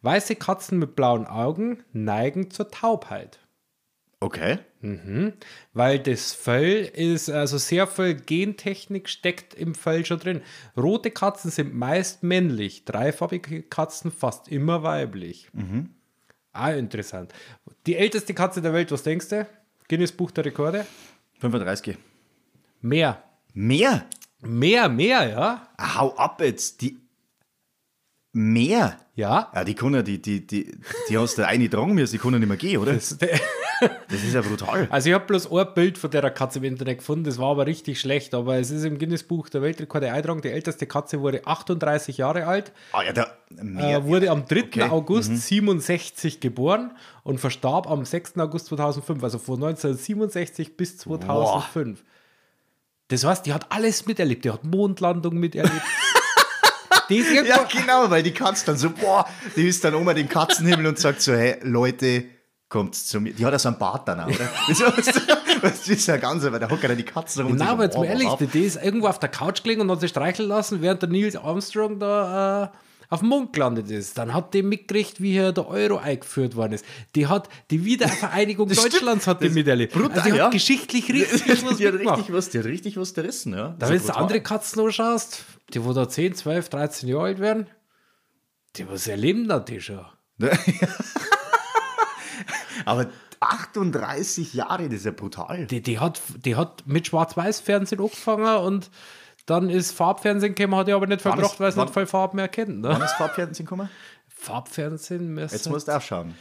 Speaker 1: weiße Katzen mit blauen Augen neigen zur Taubheit,
Speaker 2: Okay.
Speaker 1: weil das Fell ist, also sehr viel Gentechnik steckt im Fell schon drin. Rote Katzen sind meist männlich, dreifarbige Katzen fast immer weiblich.
Speaker 2: Mhm.
Speaker 1: Ah, interessant. Die älteste Katze der Welt, was denkst du? Guinness Buch der Rekorde?
Speaker 2: 35.
Speaker 1: Mehr.
Speaker 2: Mehr? Ah,
Speaker 1: Mehr, mehr, ja.
Speaker 2: Hau ab jetzt. Die. Mehr?
Speaker 1: Ja.
Speaker 2: Ja, die kann ja, die, die, die, die hast du eine tragen müssen, die kann ja nicht mehr gehen, oder? Das, ist ja brutal.
Speaker 1: Also ich habe bloß ein Bild von der Katze im Internet gefunden, das war aber richtig schlecht, aber es ist im Guinness Buch der Weltrekorde eintragen. Die älteste Katze wurde 38 Jahre alt,
Speaker 2: Ah, ja, da,
Speaker 1: äh,
Speaker 2: mehr.
Speaker 1: wurde am 3.
Speaker 2: Okay. Mhm.
Speaker 1: August 67 geboren und verstarb am 6. August 2005, also von 1967 bis 2005. Das heißt, die hat alles miterlebt, die hat Mondlandung miterlebt. die ist irgendwo,
Speaker 2: Ja, genau, weil die Katze dann so, boah, die ist dann oben den Katzenhimmel und sagt so, hey, Leute, kommt zu mir. Die hat ja so einen Bart dann auch, oder? Das ist- Das ist ja ganz, weil da hocken ja die Katzen rum. und
Speaker 1: Na,
Speaker 2: sich so,
Speaker 1: aber jetzt mal
Speaker 2: boah,
Speaker 1: ehrlich,
Speaker 2: boah,
Speaker 1: die, die ist irgendwo auf der Couch gelegen und hat sich streicheln lassen, während der Neil Armstrong da äh, auf dem Mond gelandet ist. Dann hat die mitgekriegt, wie hier der Euro eingeführt worden ist. Die hat die Wiedervereinigung
Speaker 2: stimmt.
Speaker 1: Deutschlands hat die
Speaker 2: Das-
Speaker 1: miterlebt.
Speaker 2: brutal,
Speaker 1: also die
Speaker 2: ja.
Speaker 1: hat geschichtlich richtig was
Speaker 2: die hat
Speaker 1: mitgemacht.
Speaker 2: richtig was, die hat richtig was gerissen, ja.
Speaker 1: Da, wenn du andere Katzen anschaust, die wo da 10, 12, 13 Jahre alt werden, die was erleben dann die schon.
Speaker 2: Aber 38 Jahre, das ist ja brutal.
Speaker 1: Die, die, hat, die hat mit Schwarz-Weiß-Fernsehen angefangen und dann ist Farbfernsehen gekommen, hat die aber nicht
Speaker 2: Wann
Speaker 1: verbracht,
Speaker 2: ist-
Speaker 1: weil sie
Speaker 2: wann-
Speaker 1: nicht voll Farben erkennt. Ne?
Speaker 2: Wann ist Farbpferd sind gekommen?
Speaker 1: Farbfernsehen müsste.
Speaker 2: Jetzt musst du aufschauen.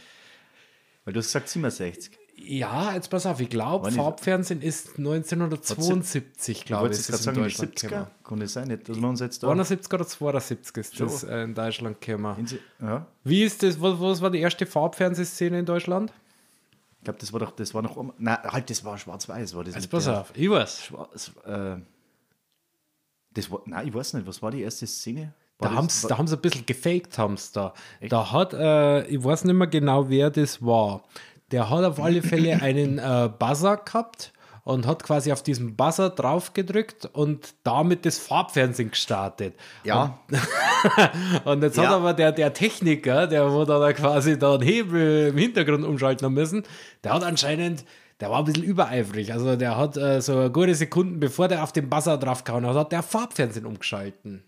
Speaker 2: Weil du hast gesagt 67.
Speaker 1: ja, jetzt pass auf, ich glaube,
Speaker 2: Wann ist-
Speaker 1: Farbfernsehen ist 1972, glaube ich. ist
Speaker 2: Wolltest du gerade
Speaker 1: in
Speaker 2: sagen, in den
Speaker 1: Deutschland
Speaker 2: 70er? Kann das sein, nicht, dass wir uns jetzt
Speaker 1: gekommen.
Speaker 2: da...
Speaker 1: 71 oder 72 ist das äh, in Deutschland gekommen.
Speaker 2: Ja,
Speaker 1: Wie ist das, was, was war die erste Farbfernsehszene in Deutschland?
Speaker 2: ich glaube, das war doch, das war noch... Nein, halt, das war schwarz-weiß, war das
Speaker 1: Jetzt
Speaker 2: nicht
Speaker 1: Also pass
Speaker 2: der-
Speaker 1: auf, ich weiß.
Speaker 2: Schwarz, äh, das war, nein, ich weiß nicht, was war die erste Szene?
Speaker 1: Da
Speaker 2: War das-
Speaker 1: haben sie
Speaker 2: war-
Speaker 1: da haben's ein bisschen gefaked, haben sie da. Da hat, äh, ich weiß nicht mehr genau, wer das war. Der hat auf alle Fälle einen äh, Buzzer gehabt und hat quasi auf diesen Buzzer draufgedrückt und damit das Farbfernsehen gestartet.
Speaker 2: Ja,
Speaker 1: Und jetzt hat
Speaker 2: Ja.
Speaker 1: aber der, der Techniker, der wo da, da quasi da einen Hebel im Hintergrund umschalten haben müssen, der hat anscheinend, der war ein bisschen übereifrig. Also der hat äh, so eine gute Sekunden, bevor der auf den Buzzer draufgehauen hat, hat der Farbfernsehen umgeschalten.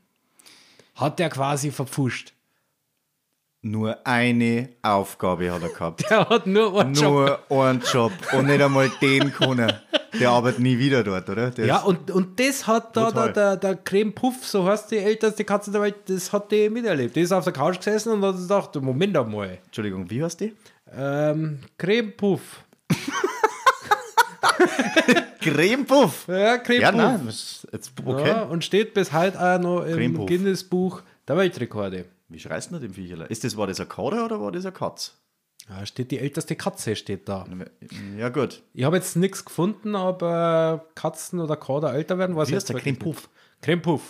Speaker 1: Hat der quasi verpfuscht.
Speaker 2: nur eine Aufgabe hat er gehabt.
Speaker 1: Der hat nur einen Job.
Speaker 2: nur einen Job und nicht einmal den kann er. Der arbeitet nie wieder dort, oder? Der
Speaker 1: Ja,
Speaker 2: ist-
Speaker 1: und, und das hat da, da
Speaker 2: Brutal.
Speaker 1: der, der Creme Puff, so heißt die älteste Katze der Welt, das hat die miterlebt. Die ist auf der Couch gesessen und hat sich gedacht, Moment einmal,
Speaker 2: Entschuldigung, wie heißt die?
Speaker 1: Ähm, Cremepuff.
Speaker 2: Cremepuff.
Speaker 1: Ja, Cremepuff.
Speaker 2: Ja, nein, das ist jetzt okay.
Speaker 1: Ja, und steht bis heute auch noch im
Speaker 2: Cremepuff.
Speaker 1: Guinness-Buch der Weltrekorde.
Speaker 2: Wie schreist denn dem Viecherle? Ist das, war das ein Kader oder war das ein Katz?
Speaker 1: Ja, steht die älteste Katze, steht da.
Speaker 2: Ja, gut.
Speaker 1: Ich habe jetzt nichts gefunden, ob äh, Katzen oder Kader älter werden. Weiß
Speaker 2: Wie
Speaker 1: ich
Speaker 2: heißt der
Speaker 1: jetzt wirklich
Speaker 2: Cremepuff?
Speaker 1: nicht. Cremepuff.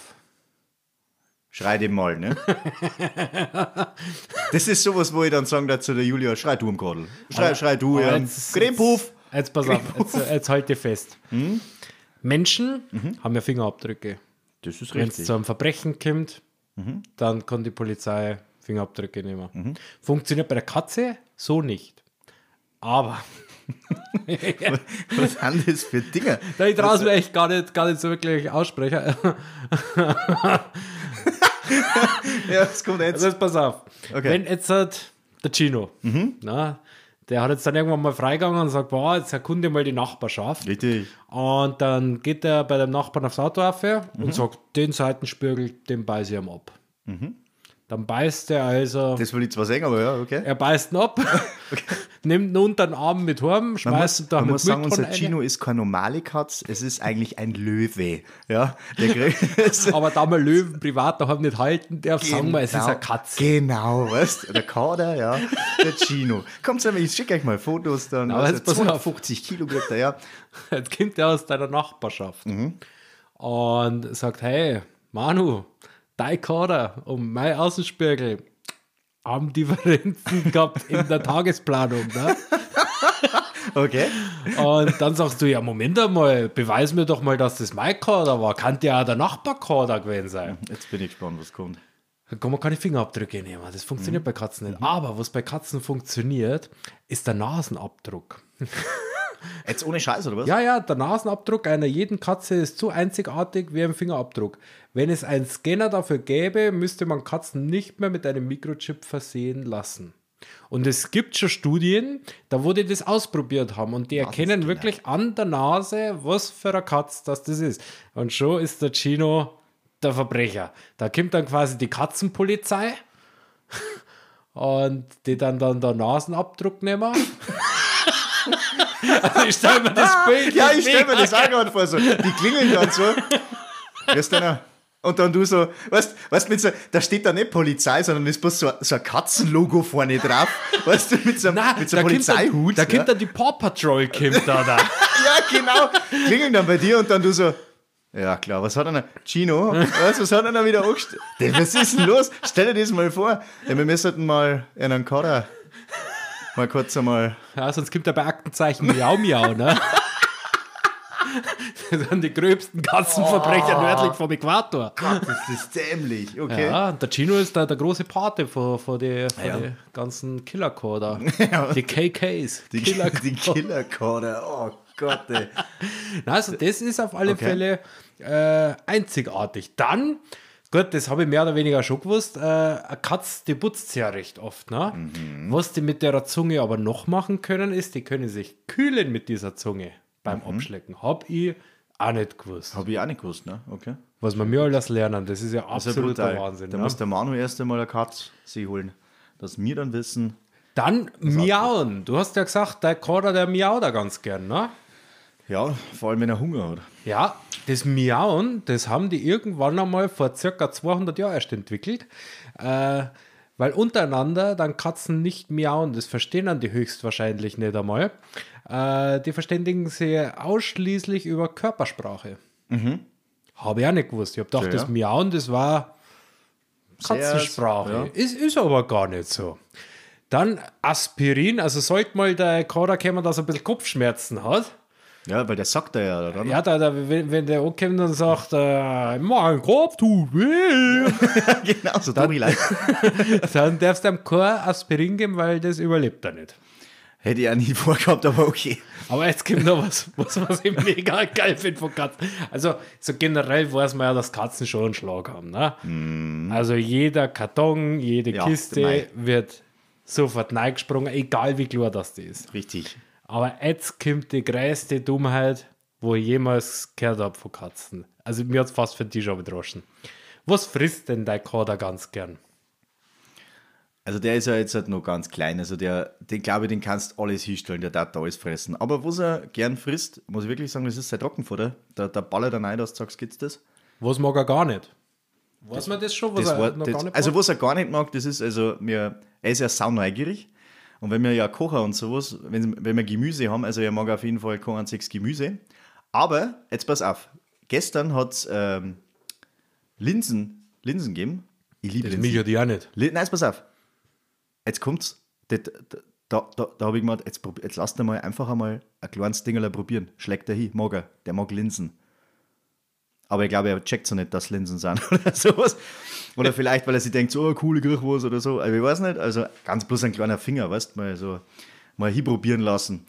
Speaker 2: Schrei dem mal, ne? das ist sowas, wo ich dann sagen darf zu der Julia, schrei du im Kadel. Schrei, schrei du, ähm,
Speaker 1: Aber
Speaker 2: Oh ja.
Speaker 1: jetzt-
Speaker 2: Cremepuff.
Speaker 1: Jetzt, jetzt pass auf, jetzt, jetzt halt dir fest.
Speaker 2: Hm?
Speaker 1: Menschen
Speaker 2: Mhm.
Speaker 1: haben ja Fingerabdrücke.
Speaker 2: Das ist
Speaker 1: Wenn es zu einem Verbrechen kommt,
Speaker 2: Mhm.
Speaker 1: dann kann die Polizei Fingerabdrücke nehmen. Funktioniert bei der Katze so nicht. Aber
Speaker 2: Was sind das für Dinge?
Speaker 1: da ich draußen echt gar nicht, gar nicht so wirklich ausspreche.
Speaker 2: Ja, das kommt
Speaker 1: Also
Speaker 2: jetzt.
Speaker 1: jetzt pass auf.
Speaker 2: Okay. Mhm.
Speaker 1: Wenn jetzt halt der Chino, na, der hat jetzt dann irgendwann mal freigegangen und sagt, boah, jetzt erkunde mal die Nachbarschaft.
Speaker 2: Richtig.
Speaker 1: Und dann geht er bei dem Nachbarn aufs Auto auf
Speaker 2: Mhm.
Speaker 1: und sagt, den Seitenspiegel, den beiße ich ihm ab. Dann beißt er also,
Speaker 2: Mhm. Das will ich zwar sehen, aber ja, okay.
Speaker 1: er beißt ihn ab, nimmt ihn unter den Arm mit Horn,
Speaker 2: Man
Speaker 1: schmeißt
Speaker 2: muss,
Speaker 1: ihn da
Speaker 2: man
Speaker 1: mit
Speaker 2: muss sagen,
Speaker 1: Mülltonnen
Speaker 2: unser Gino ist keine normale Katz, es ist eigentlich ein Löwe. Ja, der kriegt
Speaker 1: rein. Aber da man Löwen privat daheim nicht halten darf, sagen wir, es ist eine Katze.
Speaker 2: Genau, weißt du? Der Kader, ja. Der Gino. Kommt, Sam, ich schicke euch mal Fotos dann.
Speaker 1: Aber
Speaker 2: weißt
Speaker 1: jetzt
Speaker 2: du,
Speaker 1: pass auf.
Speaker 2: 250 Kilo wird der, ja.
Speaker 1: Jetzt kommt er aus deiner Nachbarschaft und sagt: Hey, Manu, dein Kader und mein Außenspiegel haben Differenzen gehabt in der Tagesplanung. Ne?
Speaker 2: Okay.
Speaker 1: Und dann sagst du: Ja, Moment einmal, beweis mir doch mal, dass das mein Kader war. Kann ja auch der Nachbarkader gewesen sein.
Speaker 2: Jetzt bin ich gespannt, was kommt.
Speaker 1: Dann kann man keine Fingerabdrücke nehmen. Das funktioniert bei Katzen nicht. Aber was bei Katzen funktioniert, ist der Nasenabdruck.
Speaker 2: Jetzt ohne Scheiß, oder was?
Speaker 1: Ja, ja, der Nasenabdruck einer jeden Katze ist so einzigartig wie ein Fingerabdruck. Wenn es einen Scanner dafür gäbe, müsste man Katzen nicht mehr mit einem Mikrochip versehen lassen. Und es gibt schon Studien, da wurde das ausprobiert haben und die erkennen
Speaker 2: Nasenscanner.
Speaker 1: wirklich an der Nase, was für eine Katze das, das ist. Und schon ist der Chino der Verbrecher. Da kommt dann quasi die Katzenpolizei und die dann dann der Nasenabdruck nehmen. also ich stelle mir das Bild
Speaker 2: Ja, ich stelle mir
Speaker 1: mega
Speaker 2: das auch gerade vor, so. Die klingeln dann so. Weißt du, einer? Und dann du so, weißt weißt, mit so, da steht da nicht Polizei, sondern ist bloß so, ein- so ein Katzenlogo vorne drauf. Weißt du, mit so einem,
Speaker 1: Nein,
Speaker 2: mit so einem
Speaker 1: kommt dann-
Speaker 2: Polizeihut.
Speaker 1: Da kommt
Speaker 2: ja.
Speaker 1: dann die Paw Patrol kommt da, da.
Speaker 2: ja, genau. Klingeln dann bei dir und dann du so, ja klar, was hat einer? Gino, weißt, du, was hat einer wieder angestellt? Was ist denn los? Stell dir das mal vor. Ja, wir müssten mal einen Kader mal kurz einmal.
Speaker 1: Ja, sonst kommt da bei Aktenzeichen Miau Miau, ne? Das sind die gröbsten Katzenverbrecher nördlich vom Äquator.
Speaker 2: Gott, das ist dämlich. Okay.
Speaker 1: Ja, und der Chino ist da der große Pate vor, vor die, vor
Speaker 2: Ja.
Speaker 1: die ganzen Killer-Coder. Die KKs.
Speaker 2: Die, Killer die Killerkader. Oh Gott, ey.
Speaker 1: Na, Also das ist auf alle
Speaker 2: Okay.
Speaker 1: Fälle äh, einzigartig. Dann, gut, das habe ich mehr oder weniger schon gewusst, äh, eine Katz, die putzt ja recht oft. Ne?
Speaker 2: Mhm.
Speaker 1: Was die mit der Zunge aber noch machen können, ist, die können sich kühlen mit dieser Zunge beim Abschlecken. Hab ich auch nicht gewusst.
Speaker 2: Mhm. Hab ich auch nicht gewusst, ne? Okay.
Speaker 1: Was man mir alles lernen, das ist ja
Speaker 2: Das ist ja
Speaker 1: absoluter
Speaker 2: brutal.
Speaker 1: Wahnsinn.
Speaker 2: da
Speaker 1: ne?
Speaker 2: muss der Manu erst einmal eine Katze sie holen. Dass wir dann wissen.
Speaker 1: Dann miauen. Du hast ja gesagt, der Kader, der miaut da ganz gern, ne?
Speaker 2: Ja, vor allem wenn er Hunger hat.
Speaker 1: Ja, das Miauen, das haben die irgendwann einmal vor circa 200 Jahren erst entwickelt, äh, weil untereinander dann Katzen nicht miauen, das verstehen dann die höchstwahrscheinlich nicht einmal. Äh, die verständigen sie ausschließlich über Körpersprache. Habe ich auch nicht gewusst. Ich habe gedacht,
Speaker 2: Mhm. Ja, ja.
Speaker 1: das Miauen, das war
Speaker 2: Sehr,
Speaker 1: Katzensprache.
Speaker 2: ja.
Speaker 1: Ist, ist aber gar nicht so. Dann Aspirin, also sollte mal der Kader kommen, dass er ein bisschen Kopfschmerzen hat.
Speaker 2: Ja, weil der sagt da ja, oder?
Speaker 1: Ja, da, da, wenn, wenn der ankommt und sagt, äh, mein Kopf tut weh,
Speaker 2: genau, so Dorilei.
Speaker 1: dann darfst du ihm kein Aspirin geben, weil das überlebt er nicht.
Speaker 2: Hätte ich auch nie vorgehabt, aber okay.
Speaker 1: Aber jetzt kommt noch was, was, was ich mega geil finde von Katzen. Also, so generell weiß man ja, dass Katzen schon einen Schlag haben. Ne? Also, jeder Karton, jede
Speaker 2: Ja,
Speaker 1: Kiste
Speaker 2: mei.
Speaker 1: wird sofort neigesprungen, egal wie klar das die ist.
Speaker 2: Richtig.
Speaker 1: Aber jetzt kommt die größte Dummheit, wo ich jemals gehört habe von Katzen. Also mir hat es fast für die schon bedroschen. Was frisst denn dein Kader ganz gern?
Speaker 2: Also der ist ja jetzt halt noch ganz klein. Also der, den glaube ich, den kannst alles hinstellen, der darf da alles fressen. Aber was er gern frisst, muss ich wirklich sagen, das ist sein Trockenfutter. Da, da ballert er rein, dass du sagst, geht's das?
Speaker 1: Was mag er gar nicht? Weiß man das schon, was
Speaker 2: Das
Speaker 1: er
Speaker 2: war,
Speaker 1: noch
Speaker 2: das,
Speaker 1: gar nicht
Speaker 2: also
Speaker 1: mag?
Speaker 2: was er gar nicht mag, das ist, also mir, er ist ja sauneugierig. Und wenn wir ja kochen und sowas, wenn, wenn wir Gemüse haben, also er mag auf jeden Fall kein einziges Gemüse. Aber, jetzt pass auf, gestern hat es ähm, Linsen, Linsen gegeben. Ich liebe
Speaker 1: Das
Speaker 2: Linsen.
Speaker 1: mich ja die auch nicht.
Speaker 2: Li- Nein, jetzt pass auf. Jetzt kommt's. Da, da, da, da, da habe ich gemeint, jetzt, prob- jetzt lasst ihn mal einfach einmal ein kleines Dingerl probieren. Schlägt er hin, mag er. Der mag Linsen. Aber ich glaube, er checkt so nicht, dass Linsen sind oder sowas. Oder vielleicht, weil er sich denkt, so, oh, coole Griechwurst oder so. Also ich weiß nicht. Also ganz bloß ein kleiner Finger, weißt du, mal so mal hinprobieren lassen.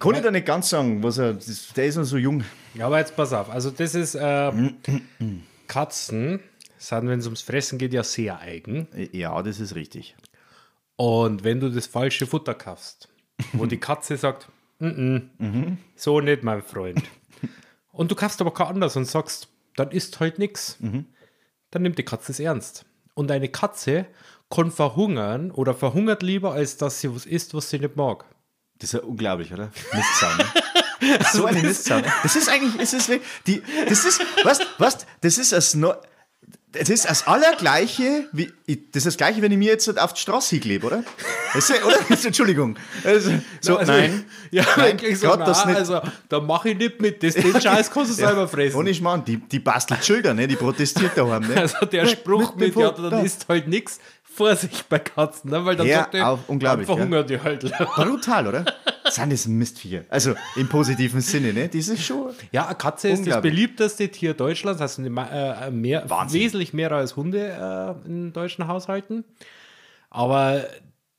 Speaker 2: Kann ich da nicht ganz sagen, was er, das, der ist noch so jung.
Speaker 1: Ja, aber jetzt pass auf. Also das ist, äh,
Speaker 2: Mm,
Speaker 1: Katzen sind, wenn es ums Fressen geht, ja sehr eigen.
Speaker 2: Ja, das ist richtig.
Speaker 1: Und wenn du das falsche Futter kaufst, wo die Katze sagt, "Mm, mm, so nicht, mein Freund. Und du kaufst aber kein anders und sagst, dann ist halt nichts. Dann nimmt die Katze es ernst. Und eine Katze kann verhungern oder verhungert lieber, als dass sie was isst, was sie nicht mag.
Speaker 2: Das ist ja unglaublich, oder? Mistsau, ne? So eine Mistsau. ne? Das ist eigentlich, das ist, wirklich- die, das ist, was, was, das ist das, no, das ist das Allergleiche, wie, ich- das ist das Gleiche, wenn ich mir jetzt auf die Straße klebe, oder? Das ist, ja- oder? Entschuldigung. Also, so,
Speaker 1: Also,
Speaker 2: nein.
Speaker 1: Ja,
Speaker 2: Nein,
Speaker 1: ich so,
Speaker 2: Gott,
Speaker 1: na,
Speaker 2: das nicht.
Speaker 1: also da mache ich nicht mit. Das, den Scheiß kannst du selber fressen.
Speaker 2: Ohne Schmarrn, die, die bastelt Schilder, ne? die protestiert daheim. Ne?
Speaker 1: Also der Spruch
Speaker 2: dem
Speaker 1: mit, ja,
Speaker 2: Punkt,
Speaker 1: dann
Speaker 2: da.
Speaker 1: ist halt nichts. Vorsicht bei Katzen, ne? weil dann
Speaker 2: Ja,
Speaker 1: sagt er,
Speaker 2: auf- unglaublich,
Speaker 1: dann verhungert die halt.
Speaker 2: Brutal, oder? Sind das Mistviecher. Also im positiven Sinne, ne? Das ist schon.
Speaker 1: Ja, eine Katze ist das
Speaker 2: Unglaublich.
Speaker 1: beliebteste Tier Deutschlands, also ne- äh, mehr,
Speaker 2: Wahnsinn.
Speaker 1: wesentlich mehr als Hunde äh, in deutschen Haushalten. Aber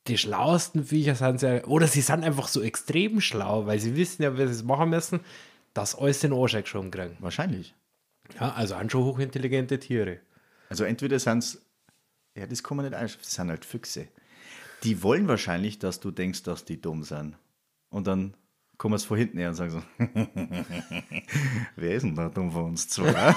Speaker 1: die schlauesten Viecher sind sehr, oder sie sind einfach so extrem schlau, weil sie wissen ja, wie sie es machen müssen, dass alles den Arsch geschoben kriegen.
Speaker 2: Wahrscheinlich.
Speaker 1: Ja, also sind schon hochintelligente Tiere.
Speaker 2: Also entweder sind es, ja, das kann man nicht einschätzen, das sind halt Füchse. Die wollen wahrscheinlich, dass du denkst, dass die dumm sind. Und dann kommen es von hinten her und sagen so, wer ist denn da dumm von uns zwei?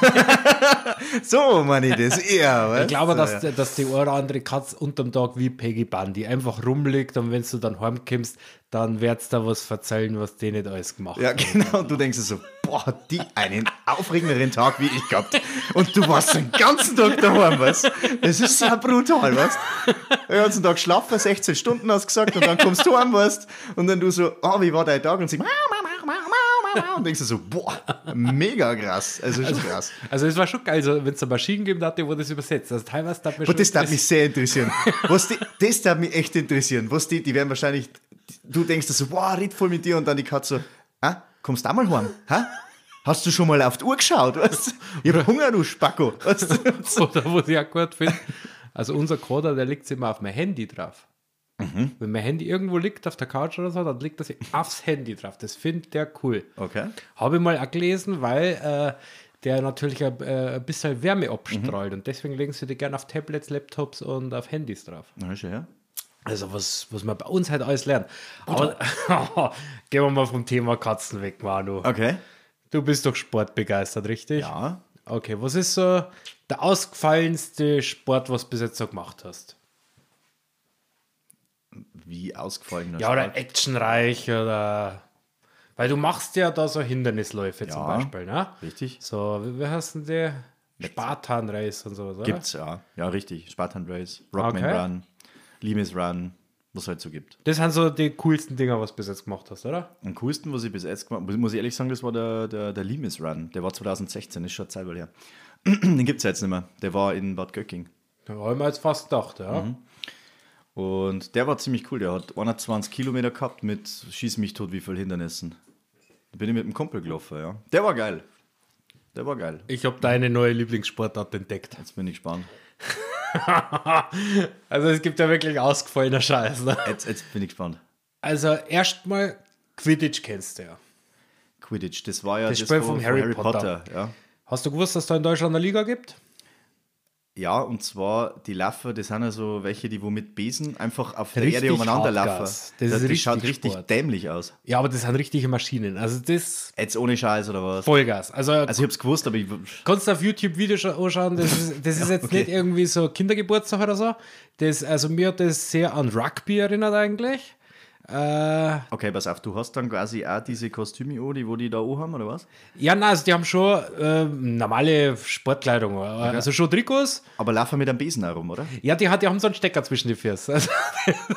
Speaker 2: so meine ich das eher.
Speaker 1: Ich
Speaker 2: weißt
Speaker 1: glaube,
Speaker 2: du?
Speaker 1: dass, dass die eine oder andere Katze unterm Tag wie Peggy Bundy einfach rumliegt und wenn du dann heimkommst, dann wird's da was verzeihen, was die nicht alles gemacht
Speaker 2: Ja,
Speaker 1: haben.
Speaker 2: genau. Und du denkst dir so, boah, hat die einen aufregenderen Tag wie ich gehabt. Und du warst den ganzen Tag daheim, weißt du? Das ist so brutal, weißt du? Den ganzen Tag schlafen, 16 Stunden hast du gesagt, und dann kommst du heim, weißt du? Und dann du so, ah, wie war dein Tag? Und sie, mau, mau, mau, mau, mau, mau, mau. Und denkst du so, boah, mega krass. Also schon krass.
Speaker 1: Also es war schon geil, also, wenn es eine Maschinen gegeben hätte, wo das übersetzt. Also teilweise hat mir
Speaker 2: Und das
Speaker 1: schon
Speaker 2: darf mich sehr interessieren. Was die, das darf mich echt interessieren. Was die, die werden wahrscheinlich, du denkst dir so, wow, red voll mit dir und dann die Katze so, ah, kommst du mal heim? Ha? Hast du schon mal auf die Uhr geschaut? Weißt? du? Ich hab Hunger, du Spacko. Weißt? du?
Speaker 1: oder wo ich auch gut finde. Also unser Koder, der liegt immer auf mein Handy drauf. Wenn mein Handy irgendwo liegt, auf der Couch oder so, dann liegt das aufs Handy drauf. Das findet der cool.
Speaker 2: Okay.
Speaker 1: Habe ich mal auch gelesen, weil äh, der natürlich ein, äh, ein bisschen Wärme abstrahlt und deswegen legen sie die gerne auf Tablets, Laptops und auf Handys drauf.
Speaker 2: Na, schon, ja.
Speaker 1: Also was, was man bei uns halt alles lernt. Aber gehen wir mal vom Thema Katzen weg, Manu.
Speaker 2: Okay.
Speaker 1: Du bist doch sportbegeistert, richtig?
Speaker 2: Ja.
Speaker 1: Okay, was ist so der ausgefallenste Sport, was du bis jetzt so gemacht hast?
Speaker 2: Wie ausgefallen.
Speaker 1: Ja, oder actionreich oder... Weil du machst ja da so Hindernisläufe zum
Speaker 2: Ja.
Speaker 1: Beispiel, ne?
Speaker 2: Richtig.
Speaker 1: So, wie, wie heißt denn der? Spartan Race und sowas, oder?
Speaker 2: Gibt's, ja. Ja, richtig. Spartan Race, Rockman
Speaker 1: Okay.
Speaker 2: Run, Limes Run, was es halt so gibt.
Speaker 1: Das sind so die coolsten Dinger, was du bis jetzt gemacht hast, oder?
Speaker 2: Am coolsten, was ich bis jetzt gemacht habe, muss ich ehrlich sagen, das war der, der, der Limes Run. Der war 2016, ist schon eine Zeit lang her. Den gibt es jetzt nicht mehr. Der war in Bad Göcking.
Speaker 1: Da habe ich mir jetzt fast gedacht, ja.
Speaker 2: Und der war ziemlich cool. Der hat 120 Kilometer gehabt mit Schieß mich tot, wie viel Hindernissen. Da bin ich mit dem Kumpel gelaufen, ja. Der war geil. Der war geil.
Speaker 1: Ich habe deine neue Lieblingssportart entdeckt.
Speaker 2: Jetzt bin ich gespannt.
Speaker 1: Also es gibt ja wirklich ausgefallener Scheiß. Ne?
Speaker 2: Jetzt, jetzt bin ich gespannt.
Speaker 1: Also erstmal Quidditch kennst du ja.
Speaker 2: Quidditch, das war ja
Speaker 1: Das Spiel
Speaker 2: wo-
Speaker 1: vom
Speaker 2: wo
Speaker 1: Harry Potter.
Speaker 2: ja.
Speaker 1: Hast du gewusst, dass da in Deutschland eine Liga gibt?
Speaker 2: Ja, und zwar die Laffer, das sind ja so welche, die wo mit Besen einfach auf der Erde umeinander laufen. Das,
Speaker 1: Hardgas. Das ist
Speaker 2: das schaut
Speaker 1: richtig
Speaker 2: richtig
Speaker 1: Sport.
Speaker 2: dämlich aus.
Speaker 1: Ja, aber das sind richtige Maschinen. Also das
Speaker 2: Jetzt ohne Scheiß oder was?
Speaker 1: Vollgas. Also,
Speaker 2: Also ich hab's gewusst, aber ich,
Speaker 1: kannst du auf YouTube Videos scha- anschauen, das ist, das ist jetzt
Speaker 2: okay.
Speaker 1: nicht irgendwie so Kindergeburtstag oder so. Das, also mir hat das sehr an Rugby erinnert eigentlich. Äh,
Speaker 2: okay, pass auf, du hast dann quasi auch diese Kostüme an, die wo die da haben oder was?
Speaker 1: Ja, nein, also die haben schon ähm, normale Sportkleidung. äh, Also schon Trikots.
Speaker 2: Aber laufen mit einem Besen herum, oder?
Speaker 1: Ja, die, hat, die haben so einen Stecker zwischen die Füße. Also,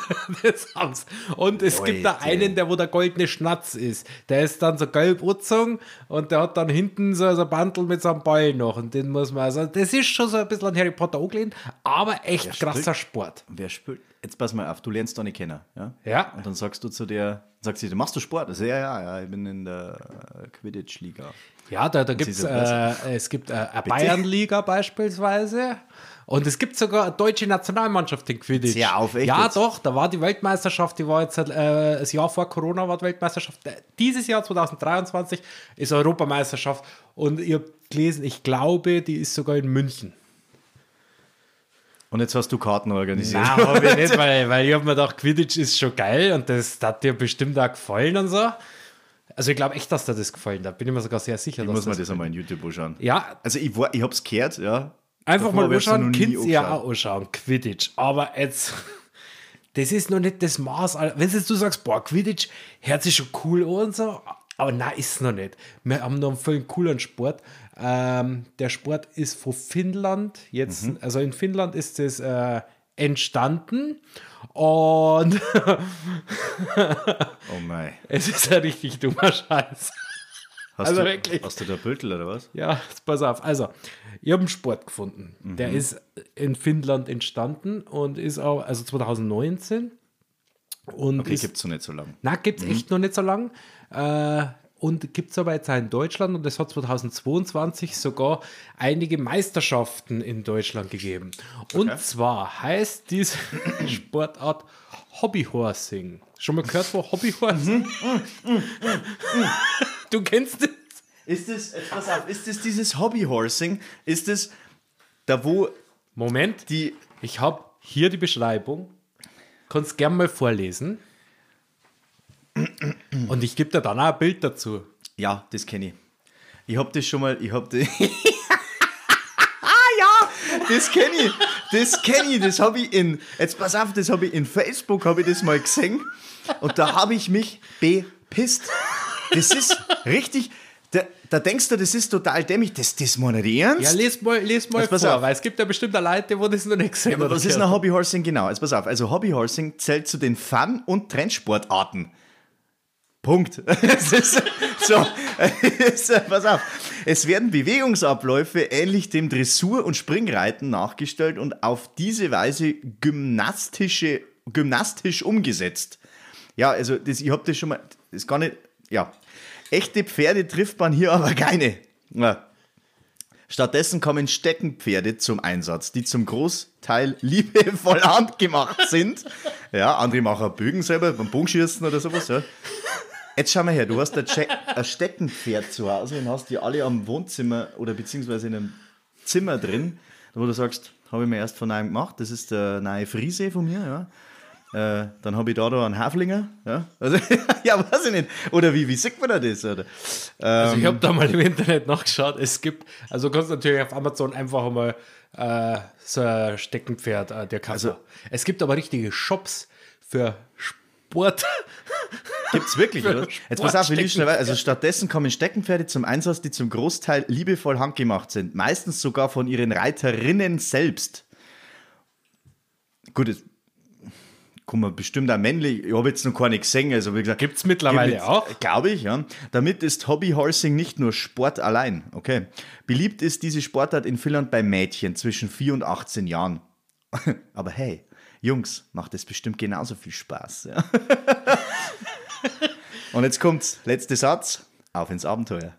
Speaker 1: das haben's. Und es gibt da
Speaker 2: Leute.
Speaker 1: einen, der wo der goldene Schnatz ist. Der ist dann so gelb Utzung und der hat dann hinten so, so ein Bandel mit so einem Ball noch. Und den muss man, also das ist schon so ein bisschen an Harry Potter angelehnt, aber echt
Speaker 2: stimmt.
Speaker 1: krasser Sport.
Speaker 2: Und wer spielt? Jetzt pass mal auf, du lernst doch nicht kennen. Ja?
Speaker 1: Ja.
Speaker 2: Und dann sagst du zu der, sagst sie, machst du Sport? Also, Ja, ja, ja, ich bin in der äh, Quidditch-Liga.
Speaker 1: Ja, da, da gibt's,
Speaker 2: ist ja besser.
Speaker 1: äh, es gibt äh, eine Bayernliga beispielsweise. Und es gibt sogar eine deutsche Nationalmannschaft in Quidditch.
Speaker 2: Sehr auf, echt
Speaker 1: ja,
Speaker 2: jetzt?
Speaker 1: doch, da war die Weltmeisterschaft, die war jetzt äh, das Jahr vor Corona war die Weltmeisterschaft. Äh, Dieses Jahr 2023 ist Europameisterschaft und ihr habt gelesen, ich glaube, die ist sogar in München.
Speaker 2: Und jetzt hast du Karten organisiert.
Speaker 1: Nein, hab ich nicht, weil, weil ich hab mir gedacht, Quidditch ist schon geil und das hat dir bestimmt auch gefallen und so. Also ich glaube echt, dass dir das gefallen hat. Bin ich mir sogar sehr sicher,
Speaker 2: Ich
Speaker 1: dass
Speaker 2: muss mir
Speaker 1: das
Speaker 2: das einmal in YouTube anschauen.
Speaker 1: Ja,
Speaker 2: Also ich, war, ich hab's gehört, ja.
Speaker 1: Einfach
Speaker 2: Davon
Speaker 1: mal
Speaker 2: hab ich
Speaker 1: anschauen,
Speaker 2: jetzt noch nie
Speaker 1: Kids ja
Speaker 2: angeschaut.
Speaker 1: auch anschauen, Quidditch. Aber jetzt, das ist noch nicht das Maß. Alter. Wenn jetzt du sagst, boah, Quidditch hört sich schon cool an und so, aber nein, ist noch nicht. Wir haben noch einen völlig coolen Sport. Ähm, der Sport ist von Finnland, jetzt,
Speaker 2: Mhm.
Speaker 1: also in Finnland ist es äh, entstanden und
Speaker 2: Oh mein.
Speaker 1: es ist ein richtig dummer Scheiß.
Speaker 2: Hast
Speaker 1: Also
Speaker 2: du,
Speaker 1: wirklich.
Speaker 2: Hast du da Bötel oder was?
Speaker 1: Ja, jetzt pass auf. Also, ich habe einen Sport gefunden. Der ist in Finnland entstanden und ist auch, also 2019. Und
Speaker 2: Okay,
Speaker 1: ist,
Speaker 2: gibt's so nicht so lange.
Speaker 1: na, gibt es echt noch nicht so lang. Äh, und gibt es aber jetzt auch in Deutschland und es hat 2022 sogar einige Meisterschaften in Deutschland gegeben. Und zwar heißt diese Sportart Hobbyhorsing. Schon mal gehört von Hobbyhorsing? du kennst es?
Speaker 2: Ist das, jetzt pass auf, ist das dieses Hobbyhorsing? Ist das da, wo
Speaker 1: Moment.
Speaker 2: die.
Speaker 1: Ich habe hier die Beschreibung. Kannst gerne mal vorlesen. Und ich gebe dir dann auch ein Bild dazu.
Speaker 2: Ja, das kenne ich. Ich hab das schon mal. Ich hab das. Das kenne ich, das kenne ich, das habe ich in, jetzt pass auf, das habe ich in Facebook, habe ich das mal gesehen und da habe ich mich bepisst. Das ist richtig, da, da denkst du, das ist total dämlich, das, das meine ich ernst?
Speaker 1: Ja, les mal, les mal
Speaker 2: Jetzt pass
Speaker 1: vor,
Speaker 2: auf.
Speaker 1: weil es gibt ja bestimmt auch Leute, wo das noch nicht gesehen
Speaker 2: Aber
Speaker 1: oder
Speaker 2: was ist
Speaker 1: gehört
Speaker 2: ein Hobbyhorsing genau? Jetzt pass auf, also Hobbyhorsing zählt zu den Fun- und Trendsportarten. Punkt. Es ist, so, es ist, pass auf. Es werden Bewegungsabläufe ähnlich dem Dressur- und Springreiten nachgestellt und auf diese Weise gymnastische, gymnastisch umgesetzt. Ja, also das, ich habe das schon mal, das ist gar nicht, ja. Echte Pferde trifft man hier aber keine. Ja, Stattdessen kommen Steckenpferde zum Einsatz, die zum Großteil liebevoll handgemacht sind. Ja, andere machen Bögen selber beim Bogenschießen oder sowas. Ja. Jetzt schau mal her, du hast ein, Che- ein Steckenpferd zu Hause und hast die alle am Wohnzimmer oder beziehungsweise in einem Zimmer drin, wo du sagst, habe ich mir erst von einem gemacht, das ist der neue Friese von mir, ja. Äh, dann habe ich da, da einen Haflinger. Ja, also, ja weiß ich nicht. Oder wie, wie sieht man da das? Oder?
Speaker 1: Also ich habe da mal im Internet nachgeschaut. Es gibt, also du kannst natürlich auf Amazon einfach mal äh, so ein Steckenpferd, äh, der Kasse.
Speaker 2: Also-
Speaker 1: es gibt aber richtige Shops für Sport.
Speaker 2: Gibt's wirklich, oder? Jetzt pass auf, wir liegen schon dabei. Also stattdessen kommen Steckenpferde zum Einsatz, die zum Großteil liebevoll handgemacht sind. Meistens sogar von ihren Reiterinnen selbst. Gut, jetzt kann man bestimmt auch männlich. Ich habe jetzt noch gar nicht gesehen. Also wie gesagt,
Speaker 1: Gibt's mittlerweile auch?
Speaker 2: Glaube äh, ich, ja. Damit ist Hobbyhorsing nicht nur Sport allein. Okay. Beliebt ist diese Sportart in Finnland bei Mädchen zwischen 4 und 18 Jahren. Aber hey, Jungs, macht es bestimmt genauso viel Spaß. Ja. Und jetzt kommt's. Letzter Satz. Auf ins Abenteuer.